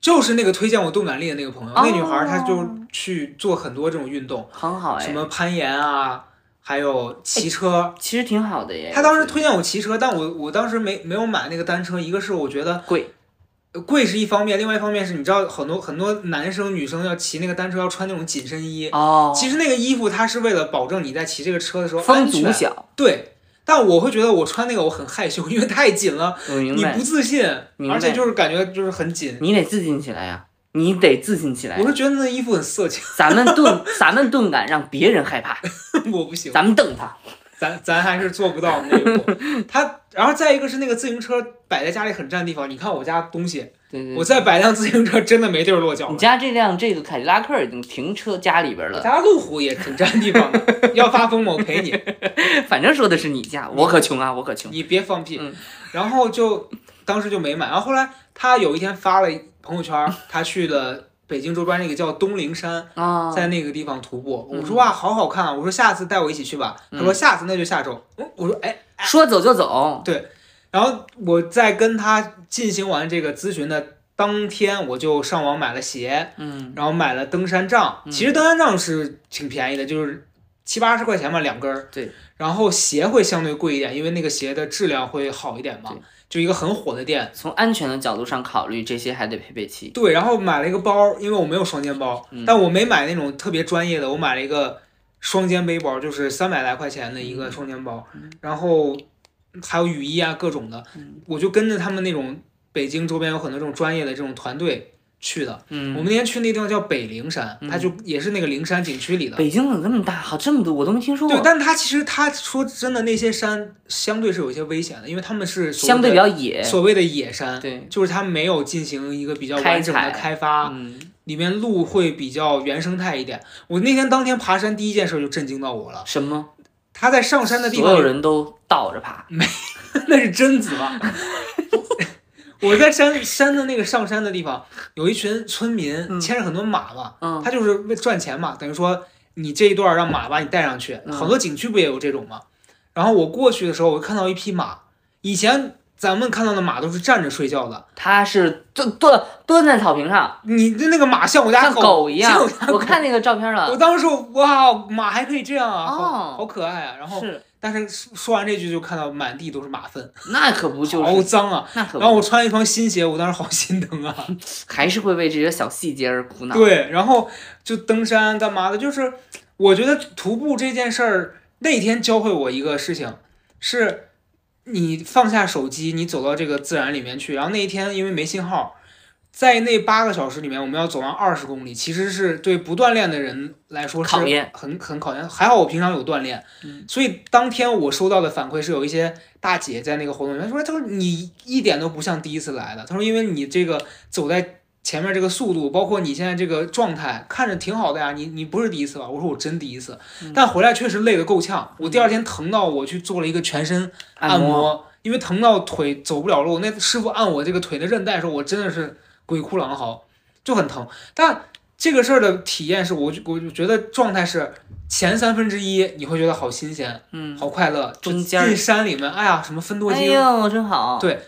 B: 就是那个推荐我动感力的那个朋友，
A: 哦
B: 那女孩儿她就去做很多这种运动，
A: 很好哎，
B: 什么攀岩啊，还有骑车。
A: 其实挺好的耶。
B: 她当时
A: 我觉
B: 推荐我骑车，但我我当时没没有买那个单车，一个是我觉得
A: 得贵，
B: 呃贵是一方面，另外一方面是你知道很多很多男生女生要骑那个单车要穿那种紧身衣，
A: 哦，
B: 其实那个衣服它是为了保证你在骑这个车的时候
A: 风
B: 安
A: 阻
B: 全。
A: 小，
B: 对，但我会觉得我穿那个我很害羞，因为太紧了，
A: 我明
B: 你
A: 白
B: 不，自信，
A: 明白
B: 而且就是感觉就是很紧。
A: 你得自信起来呀、你得自信起来
B: 我。是觉得那衣服很色情，
A: 咱们钝， 咱们钝感让别人害怕，
B: 哎 我不行，
A: 咱们瞪他。
B: 咱咱还是做不到那一步。 他，然后再一个是那个自行车摆在家里很占地方，你看我家东西，
A: 对对对，
B: 我再摆辆自行车真的没地儿落脚
A: 嗯你
B: 了。
A: 家这辆这个凯迪拉克已经停车家里边
B: 我
A: 了，
B: 家路虎也挺占地方的，要发疯我赔 你，
A: 反正说的是你家，我可穷啊，我可穷。
B: 你别放屁
A: 嗯。
B: 然后就当时就没买，然后后来他有一天发了朋友圈，他去了北京周边那个叫东陵山，
A: 啊、
B: 在那个地方徒步。我
A: 嗯
B: 说哇，好好看啊！我说下次带我一起去吧。他说下次那就下周。嗯我说哎，
A: 说走就走，
B: 然后我在跟他进行完这个咨询的当天，我就上网买了鞋，
A: 嗯，
B: 然后买了登山杖。
A: 嗯
B: 其实登山杖是挺便宜的，就是七八十块钱吧，两根儿。
A: 对。
B: 然后鞋会相对贵一点，因为那个鞋的质量会好一点嘛
A: 对。
B: 就一个很火的店。
A: 从安全的角度上考虑，这些还得配备齐。
B: 对，然后买了一个包，因为我没有双肩包，
A: 嗯
B: 但我没买那种特别专业的，我买了一个双肩背包，就是三百来块钱的一个双肩包，
A: 嗯
B: 然后还有雨衣啊各种的，
A: 嗯
B: 我就跟着他们那种北京周边有很多这种专业的这种团队去的。我
A: 嗯，
B: 们那天去那地方叫北灵山，
A: 嗯
B: 它就也是那个灵山景区里的。
A: 北京怎么这么大？好，这么多我都没听说
B: 对，
A: 过。
B: 但它其实它说真的，那些山相对是有一些危险的，因为他们是所谓
A: 相对
B: 的
A: 比较野，
B: 所谓的野山，
A: 对，
B: 就是它没有进行一个比较
A: 开
B: 完整的
A: 采
B: 开发，
A: 嗯，
B: 里面路会比较原生态一点。我那天当天爬山第一件事就震惊到我了，
A: 什么？
B: 他在上山的地
A: 所有
B: 方，
A: 人都倒着爬，
B: 那是贞子吧？ 我在山山的那个上山的地方，有一群村民
A: 嗯
B: 牵着很多马吧，
A: 嗯，
B: 他就是为赚钱嘛，等于说你这一段让马把你带上去，
A: 嗯
B: 好多景区不也有这种吗？然后我过去的时候，我看到一匹马，以前咱们看到的马都是站着睡觉的，
A: 他是蹲蹲蹲在草坪上，
B: 你的那个马像我家
A: 像
B: 狗，
A: 狗一样
B: 像我。
A: 我看那个照片了
B: 我，当时我哇，马还可以这样啊，好
A: 哦
B: 好可爱啊！然后
A: 是，
B: 但是说说完这句就看到满地都是马粪，
A: 那可不就
B: 好
A: 是，
B: 脏啊！
A: 那可
B: 然后
A: 不
B: 我穿一双新鞋，我当时好心疼 啊。
A: 还是会为这些小细节而苦恼。
B: 对，然后就登山干嘛的，就是我觉得徒步这件事儿，那天教会我一个事情，是你放下手机，你走到这个自然里面去。然后那一天因为没信号。在那八个小时里面，我们要走完二十公里，其实是对不锻炼的人来说是
A: 考验
B: 很很考验。还好我平常有锻炼，
A: 嗯
B: 所以当天我收到的反馈是有一些大姐在那个活动里面她说，她说你一点都不像第一次来的，她说因为你这个走在前面这个速度，包括你现在这个状态，看着挺好的呀，你你不是第一次吧？我说我真第一次
A: 嗯，
B: 但回来确实累得够呛，我第二天疼到我去做了一个全身
A: 按
B: 摩，
A: 摩，
B: 因为疼到腿走不了路，那师傅按我这个腿的韧带的时候，我真的是鬼哭狼嚎，就很疼。但这个事儿的体验是我就我就觉得状态是前三分之一你会觉得好新鲜、
A: 嗯，
B: 好快乐，就
A: 中间儿
B: 进山里面，哎呀什么分舵
A: 哎
B: 精，
A: 呦，真好。
B: 对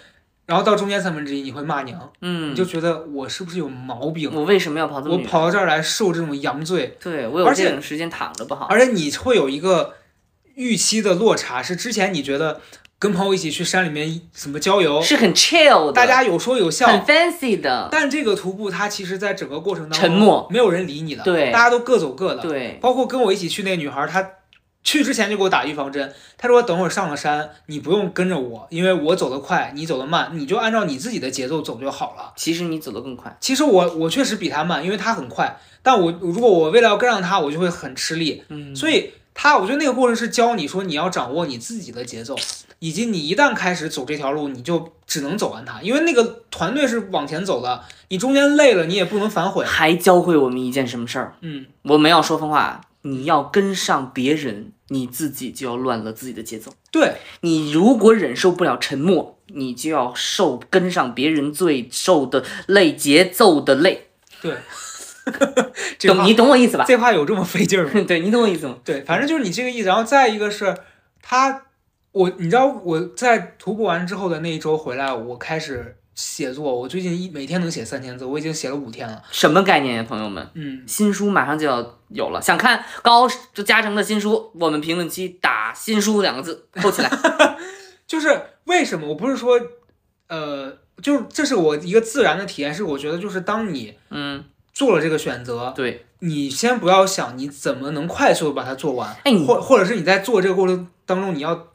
B: 然后到中间三分之一你会骂娘，
A: 嗯
B: 你就，觉得我是不是有毛病？
A: 我为什么要跑这
B: 我
A: 么远？
B: 跑到这儿来受这种洋罪，
A: 对我有
B: 而且
A: 这种时间躺着不好。
B: 而且你会有一个预期的落差，是之前你觉得跟朋友一起去山里面什么郊游，
A: 是很 chill 的，
B: 大家有说有
A: 很
B: 笑，
A: fancy 的，
B: 但这个徒步它其实在整个过程当中
A: 沉，默。
B: 没有人理你的，
A: 对
B: 大家都各走各的，
A: 对，
B: 包括跟我一起去那女孩，她。去之前就给我打预防针，她说等会儿上了山，你不用跟着我，因为我走得快，你走得慢，你就按照你自己的节奏走就好了。
A: 其实你走得更快。
B: 其实我我确实比她慢，因为她很快，但我如果我为了要跟上她，我就会很吃力。
A: 嗯，
B: 所以他，我觉得那个过程是教你说你要掌握你自己的节奏，以及你一旦开始走这条路，你就只能走完它，因为那个团队是往前走的，你中间累了你也不能反悔。
A: 还教会我们一件什么事儿？
B: 嗯，
A: 我们要说疯话，你要跟上别人，你自己就要乱了自己的节奏。
B: 对，
A: 你如果忍受不了沉默，你就要受跟上别人最受的累，节奏的累。
B: 这
A: 懂
B: 话
A: 你懂我意思吧？
B: 这话有这么费劲儿吗？
A: 对你懂我意思吗？
B: 对，反正就是你这个意思。然后再一个是他，我你知道我在徒步完之后的那一周回来，我开始写作，我最近一每天能写三千字，我已经写了五天了。
A: 什么概念呀，朋友们？
B: 嗯，
A: 新书马上就要有了，想看高就嘉诚的新书，我们评论区打“新书”两个字扣起来。
B: 就是为什么我不是说，呃，就是这是我一个自然的体验，是我觉得就是当你
A: 嗯，
B: 做了这个选择，
A: 对，
B: 你先不要想你怎么能快速的把它做完，
A: 哎你
B: 或或者是你在做这个过程当中你要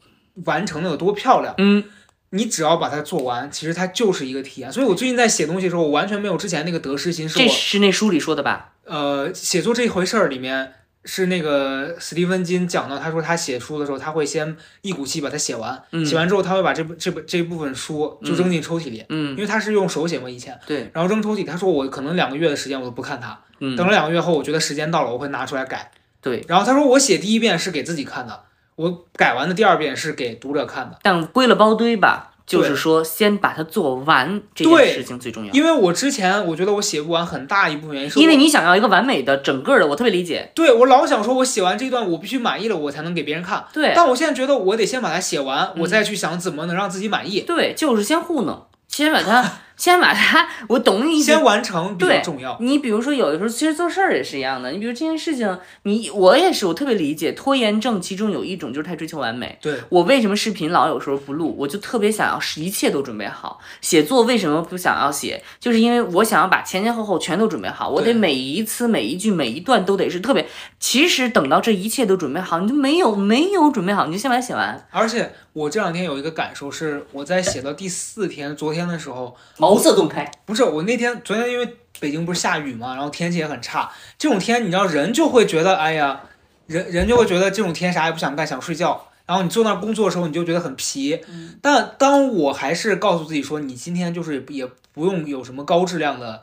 B: 完成的有多漂亮，
A: 嗯，
B: 你只要把它做完，其实它就是一个体验。所以我最近在写东西的时候，我完全没有之前那个得失心，是
A: 这
B: 我
A: 是那书里说的吧？
B: 呃，写作这一回事儿里面，是那个史蒂芬金讲到，他说他写书的时候，他会先一股气把它写完，
A: 嗯
B: 写完之后他会把这部这部这部分书就扔进抽屉里，因
A: 嗯，
B: 为他是用手写嘛以前，
A: 对，
B: 然后扔抽屉里。他说我可能两个月的时间我都不看它，
A: 嗯
B: 等，了两个月后，我觉得时间到了，我会拿出来改。
A: 对，
B: 然后他说我写第一遍是给自己看的，我改完的第二遍是给读者看的。
A: 但归了包堆吧，就是
B: 对
A: 说先把它做完这
B: 对
A: 件事情最重要。
B: 因为我之前我觉得我写不完，很大一部分原因是我
A: 嗯因为你想要一个完美的整个的，我特别理解。
B: 对我老想说，我写完这段我必须满意了，我才能给别人看。
A: 对
B: 但我现在觉得我得先把它写完，
A: 嗯
B: 我再去想怎么能让自己满意，
A: 对，就是先糊弄，先 把它，先把它， 我懂你意思
B: 先完成比较重要。
A: 你比如说，有的时候其实做事儿也是一样的。你比如这件事情，你我也是，我特别理解拖延症，其中有一种就是太追求完美。
B: 对，
A: 我为什么视频老有时候不录？我就特别想要一切都准备好。写作为什么不想要写？就是因为我想要把前前后后全都准备好，我得
B: 对
A: 每一次、每一句、每一段都得是特别。其实等到这一切都准备好，你就没有没有准备好，你就先把它写完。
B: 而且我这两天有一个感受是，我在写到第四天，昨天的时候，
A: 茅塞顿开。
B: 不是我那天昨天因为北京不是下雨嘛，然后天气也很差，这种天你知道人就会觉得，哎呀，人人就会觉得这种天啥也不想干，想睡觉。然后你坐那儿工作的时候，你就觉得很疲。
A: 嗯
B: 但当我还是告诉自己说，你今天就是也不用有什么高质量的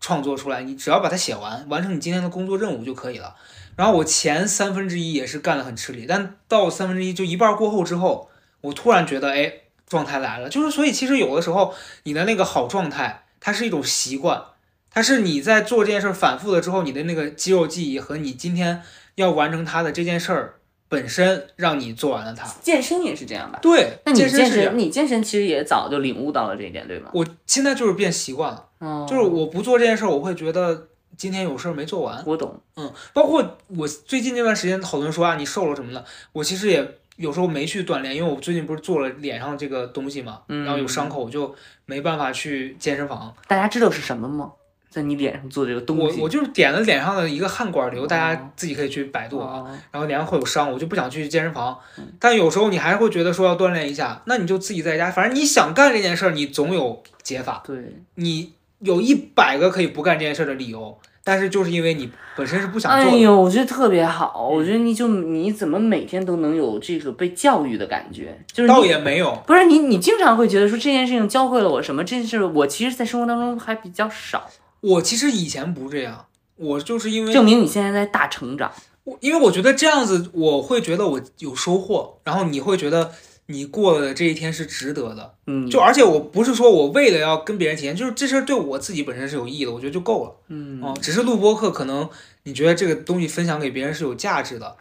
B: 创作出来，你只要把它写完，完成你今天的工作任务就可以了。然后我前三分之一也是干得很吃力，但到三分之一就一半过后之后，我突然觉得，哎，状态来了。就是所以其实有的时候你的那个好状态，它是一种习惯，它是你在做这件事儿反复了之后，你的那个肌肉记忆和你今天要完成它的这件事儿本身，让你做完了它。
A: 健身也是这样吧？
B: 对，
A: 那你健
B: 身是这样
A: 身，你健身其实也早就领悟到了这一点，对吧？
B: 我现在就是变习惯了，
A: 哦
B: 就是我不做这件事儿，我会觉得今天有事儿没做完。
A: 我懂，
B: 嗯，包括我最近这段时间讨论说啊，你瘦了什么的，我其实也有时候没去锻炼，因为我最近不是做了脸上这个东西嘛，
A: 嗯
B: 然后有伤口，我就没办法去健身房。
A: 大家知道是什么吗？在你脸上做这个东
B: 我
A: 西，
B: 我就是点了脸上的一个汗管瘤，大
A: 哦
B: 家自己可以去百度啊。
A: 哦
B: 然后脸上会有伤，我就不想去健身房
A: 嗯。
B: 但有时候你还会觉得说要锻炼一下，那你就自己在家，反正你想干这件事儿，你总有解法。
A: 对，
B: 你有一百个可以不干这件事儿的理由，但是就是因为你本身是不想
A: 哎
B: 做的。嗯
A: 呦，我觉得特别好，我觉得你就你怎么每天都能有这个被教育的感觉，就是
B: 倒
A: 你
B: 也没有，
A: 不是你，你经常会觉得说这件事情教会了我什么，这是我其实，在生活当中还比较少，
B: 我其实以前不这样，我就是因为
A: 证明你现在在大成长。
B: 我因为我觉得这样子，我会觉得我有收获，然后你会觉得你过的这一天是值得的。
A: 嗯，
B: 就而且我不是说我为了要跟别人体验，就是这事儿对我自己本身是有意义的，我觉得就够了。
A: 嗯，
B: 哦，只是录播课，可能你觉得这个东西分享给别人是有价值的。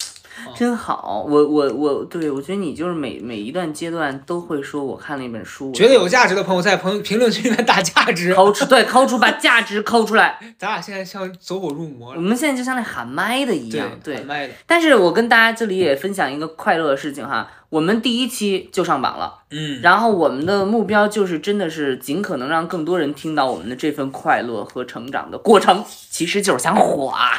A: 真好，我我我，对我觉得你就是每每一段阶段都会说，我看了一本书，
B: 觉得有价值的朋友在朋评论区里面打价 值，
A: 抠出对抠出把价值抠出来，
B: 咱俩现在像走火入魔
A: 我
B: 了。
A: 们现在就像那喊麦的嗯一样，对
B: 喊，麦的，
A: 但是我跟大家这里也分享一个快乐的事情哈，我们第一期就上榜了，
B: 嗯，
A: 然后我们的目标就是真的是尽可能让更多人听到我们的这份快乐和成长的过程，其实就是想火啊，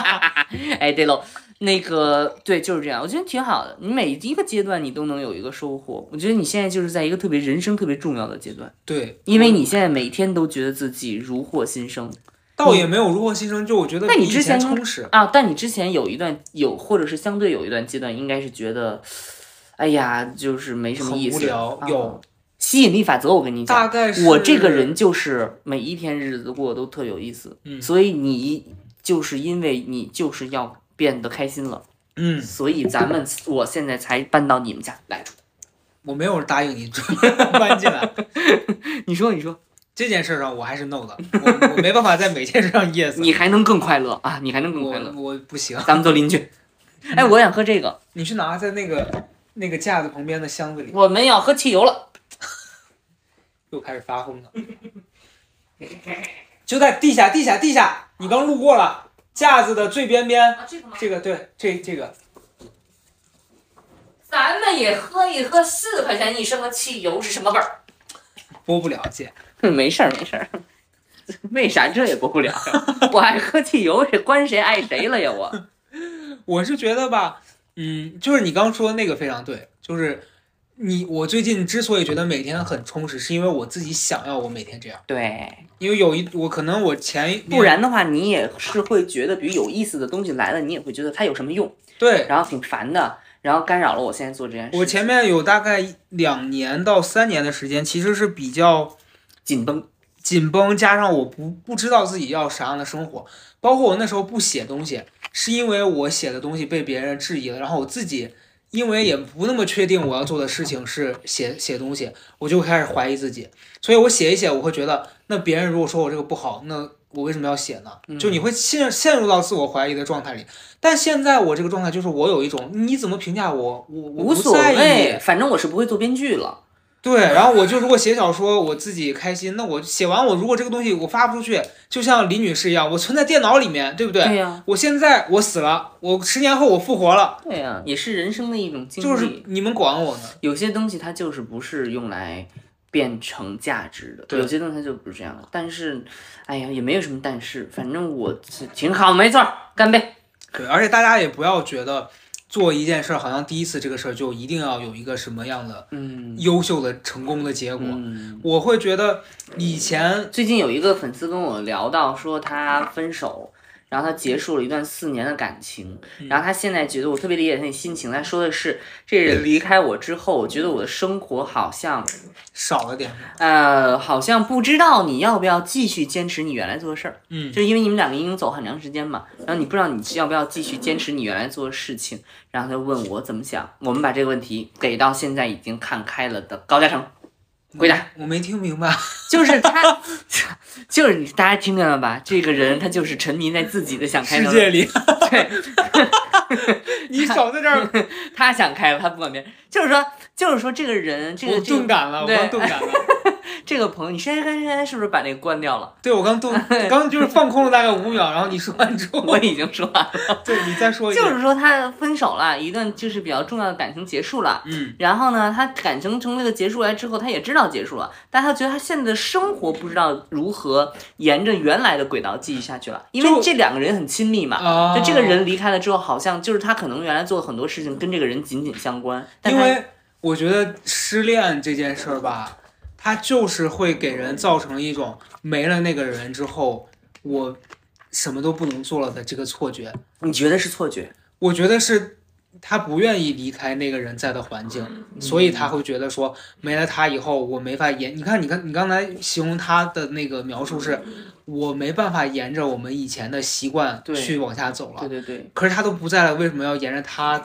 A: 哎对喽。那个对，就是这样，我觉得挺好的。你每一个阶段你都能有一个收获，我觉得你现在就是在一个特别人生特别重要的阶段，
B: 对，
A: 因为你现在每天都觉得自己如获新生
B: 倒也没有如获新生，就我觉得
A: 那你
B: 比以
A: 之前
B: 前充实。
A: 啊。但你之前有一段有，或者是相对有一段阶段，应该是觉得，哎呀，就是没什么
B: 很
A: 意
B: 无
A: 思。
B: 聊
A: 啊
B: 有
A: 吸引力法则，我跟你
B: 大
A: 讲，
B: 概是
A: 我这个人就是每一天日子过得都特有意思，
B: 嗯
A: 所以你就是因为你就是要变得开心了，
B: 嗯，
A: 所以咱们我现在才搬到你们家来住。
B: 我没有答应你 搬进来
A: 你说，你说，
B: 这件事上，我还是 no 的，我我没办法在每件事上 yes。
A: 你还能更快乐啊？你还能更
B: 我
A: 快乐？
B: 我不行，
A: 咱们都邻居。哎，我想喝这个，
B: 你去拿在那个那个架子旁边的箱子里。
A: 我们要喝汽油了。
B: 又开始发疯了。就在地下，地下，地下，你刚路过了架子的最边边，
C: 啊，这个吗？
B: 这个对，这这个
C: 咱们也喝一喝，四块钱一升的汽油是什么味儿？
B: 播不了姐，
A: 没事儿没事儿， 为啥这也播不了？我爱喝汽油，这关谁爱谁了呀？我
B: 我是觉得吧，嗯，就是你刚说的那个非常对，就是你我最近之所以觉得每天很充实，是因为我自己想要我每天这样，
A: 对，
B: 因为有一我可能我前一
A: 不然的话你也是会觉得，比如有意思的东西来了，你也会觉得它有什么用，
B: 对
A: 然后挺烦的，然后干扰了我现在做这件事。
B: 我前面有大概两年到三年的时间，其实是比较
A: 紧绷，
B: 紧绷，加上我不不知道自己要啥样的生活，包括我那时候不写东西，是因为我写的东西被别人质疑了，然后我自己因为也不那么确定我要做的事情是写写东西，我就开始怀疑自己，所以我写一写，我会觉得那别人如果说我这个不好，那我为什么要写呢？
A: 嗯
B: 就你会陷陷入到自我怀疑的状态里。但现在我这个状态就是我有一种你怎么评价我，我我
A: 无
B: 不
A: 所
B: 在意。
A: 谓，反正我是不会做编剧了。
B: 对，然后我就如果写小说，我自己开心，那我写完我如果这个东西我发不出去，就像李女士一样，我存在电脑里面，对不啊对？
A: 呀，
B: 我现在我死了，我十年后我复活了，
A: 对呀，也是人生的一种经历。
B: 就是你们管我呢？
A: 有些东西它就是不是用来变成价值的，
B: 对
A: 有些东西它就不是这样的。但是，哎呀，也没有什么但是，反正我是挺好，没错儿，干杯。
B: 对，而且大家也不要觉得做一件事儿，好像第一次这个事儿就一定要有一个什么样的
A: 嗯，
B: 优秀的成功的结果。
A: 嗯
B: 我会觉得以前
A: 最近有一个粉丝跟我聊到说他分手。然后他结束了一段四年的感情，然后他现在觉得我特别理解他的心情。他说的是，这人离开我之后，我觉得我的生活好像，
B: 少了点什么，
A: 呃，好像不知道你要不要继续坚持你原来做的事儿。
B: 嗯，
A: 就是因为你们两个已经走很长时间嘛，然后你不知道你要不要继续坚持你原来做的事情，然后他就问我怎么想。我们把这个问题给到现在已经看开了的高嘉诚，回答
B: 我没听明白，
A: 就是他，就是你大家听见了吧？这个人他就是沉迷在自己的想开
B: 世
A: 的
B: 界里，
A: 对，
B: 你少在这儿，
A: 他想开了，他不管别人。就是说，就是说这个人，这
B: 我
A: 个这
B: 钝
A: 个
B: 感了，我
A: 对
B: 刚钝感了。
A: 这个朋友，你现在现在是不是把那个关掉 了？
B: 对，我 刚动，刚就是放空了大概五秒，然后你说完之后，
A: 我已经说完了，
B: 对你再说一遍，
A: 就是说他分手了，一段就是比较重要的感情结束了。
B: 嗯，
A: 然后呢，他感情从这个结束来之后，他也知道结束了，但他觉得他现在的生活不知道如何沿着原来的轨道继续下去了，因
B: 就
A: 为这两个人很亲密嘛。
B: 啊，
A: 就这个，人离开了之后，好像就是他可能原来做的很多事情跟这个人紧紧相关，但
B: 因
A: 他
B: 为我觉得失恋这件事儿吧，它就是会给人造成一种没了那个人之后，我什么都不能做了的这个错觉。
A: 你觉得是错觉，
B: 我觉得是他不愿意离开那个人在的环境，
A: 嗯
B: 所以他会觉得说没了他以后我没法沿。你看，你看，你刚才形容他的那个描述是，
A: 嗯
B: 我没办法沿着我们以前的习惯
A: 对
B: 去往下走
A: 对
B: 了。
A: 对对，
B: 可是他都不在了，为什么要沿着他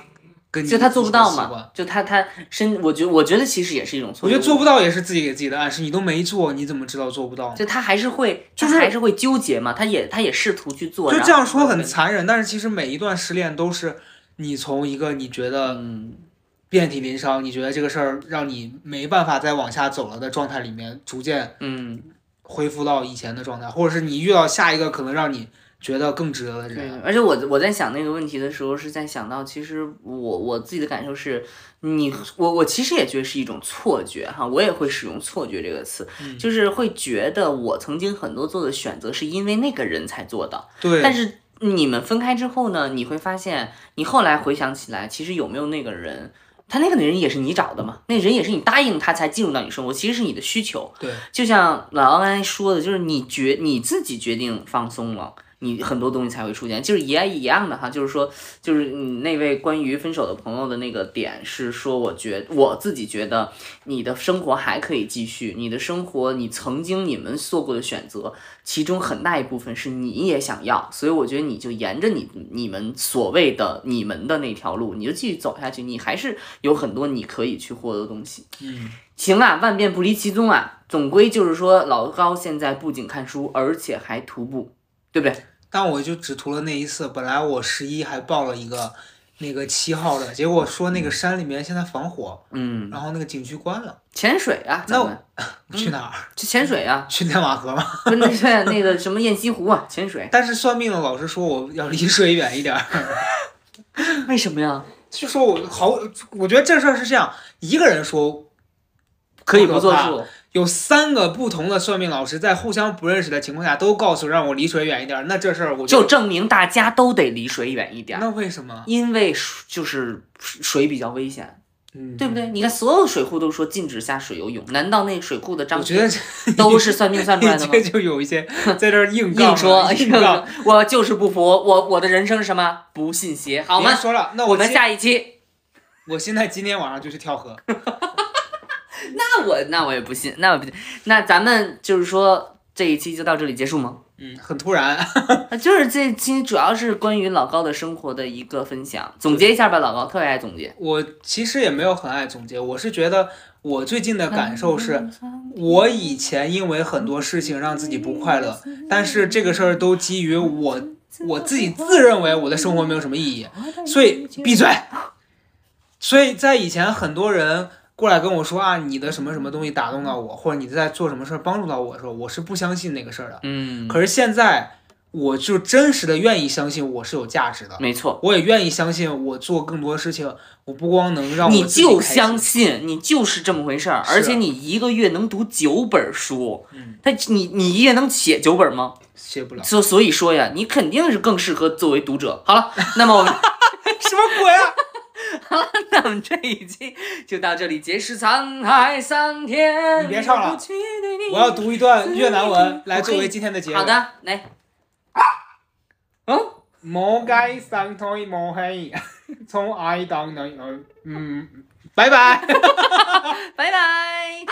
B: 跟你
A: 就他做不到
B: 自己的习惯？
A: 嘛，就他他身，我觉我觉得其实也是一种错
B: 我
A: 觉，
B: 觉得做不到也是自己给自己的暗示，你都没做，你怎么知道做不到呢？
A: 就他还是会，
B: 就是
A: 他还是会纠结嘛，他也他也试图去做，
B: 就
A: 然
B: 这样
A: 后
B: 说很残忍，但是其实每一段失恋都是你从一个你觉得
A: 嗯，
B: 遍体鳞伤，你觉得这个事儿让你没办法再往下走了的状态里面，逐渐
A: 嗯，
B: 恢复到以前的状态，或者是你遇到下一个可能让你觉得更值得的
A: 对
B: 人。，
A: 而且我我在想那个问题的时候，是在想到，其实我我自己的感受是，你我我其实也觉得是一种错觉哈，我也会使用“错觉”这个词，
B: 嗯
A: 就是会觉得我曾经很多做的选择是因为那个人才做的，
B: 对，
A: 但是你们分开之后呢，你会发现，你后来回想起来，其实有没有那个人，他那个人也是你找的嘛，那人也是你答应他才进入到你生活，其实是你的需求。
B: 对，
A: 就像老王刚才说的，就是你决你自己决定放松了。你很多东西才会出现，就是也一样的哈，就是说，就是你那位关于分手的朋友的那个点是说，我觉我自己觉得你的生活还可以继续，你的生活你曾经你们做过的选择，其中很大一部分是你也想要，所以我觉得你就沿着你你们所谓的你们的那条路，你就继续走下去，你还是有很多你可以去获得的东西。
B: 嗯，
A: 行啊，万变不离其宗啊，总归就是说，老高现在不仅看书，而且还徒步，对不对？
B: 但我就只涂了那一次，本来我十一还报了一个那个七号的，结果说那个山里面现在防火，
A: 嗯，
B: 然后那个景区关了，
A: 潜水啊，
B: 那
A: 咱
B: 我
A: 们
B: 去哪儿？
A: 去潜水啊，
B: 去天马河吗？
A: 跟那个那个什么雁西湖啊，潜水，
B: 但是算命的老师说我要离水远一点儿，
A: 为什么呀？
B: 就说我好，我觉得这事儿是这样，一个人说
A: 可以不作
B: 怕
A: 数，
B: 有三个不同的算命老师在互相不认识的情况下都告诉让我离水远一点儿，那这事儿我
A: 就证明大家都得离水远一点儿，
B: 那为什么？
A: 因为水就是水比较危险，
B: 嗯，
A: 对不？对？你看所有水库都说禁止下水游泳，难道那水库的
B: 我
A: 章
B: 觉得
A: 程
B: 这
A: 都是算命算出来的吗
B: 这？就有一些在这儿硬杠
A: 硬
B: 了
A: 说，
B: 硬
A: 硬
B: 杠
A: 说，我就是不服，我我的人生是什么？不信邪，好吗
B: 别？说了，那
A: 我
B: 我
A: 们
B: 今
A: 下一期，
B: 我现在今天晚上就去跳河。
A: 那我那我也不信，那我不信，那咱们就是说这一期就到这里结束吗？
B: 嗯，很突然。
A: 啊，就是这期主要是关于老高的生活的一个分享，总结一下吧。老高特别爱总结，
B: 我其实也没有很爱总结，我是觉得我最近的感受是，
A: 嗯
B: 我以前因为很多事情让自己不快乐，但是这个事儿都基于我我自己自认为我的生活没有什么意义，
A: 嗯
B: 所以闭嘴。所以在以前，很多人过来跟我说啊，你的什么什么东西打动到我，或者你在做什么事儿帮助到我的时候，我是不相信那个事儿的。
A: 嗯，
B: 可是现在，我就真实的愿意相信我是有价值的。
A: 没错，
B: 我也愿意相信，我做更多的事情，我不光能让我
A: 你
B: 自己
A: 就
B: 开心
A: 相信，你就是这么回事儿。
B: 是啊
A: 而且你一个月能读九本书，
B: 嗯
A: 他你你一月能写九本吗？
B: 写不了
A: 所所以说呀，你肯定是更适合作为读者。好了，那么我们
B: 什么鬼啊？
A: 那我们这一期就到这里结束，沧海桑田。
B: 你别唱了
A: 不去对你
B: 我要读一段越南文来作为今天的结尾。
A: 好，的，来，嗯，
B: 摩该三推摩 黑，从爱当内嗯，拜拜。
A: 拜拜。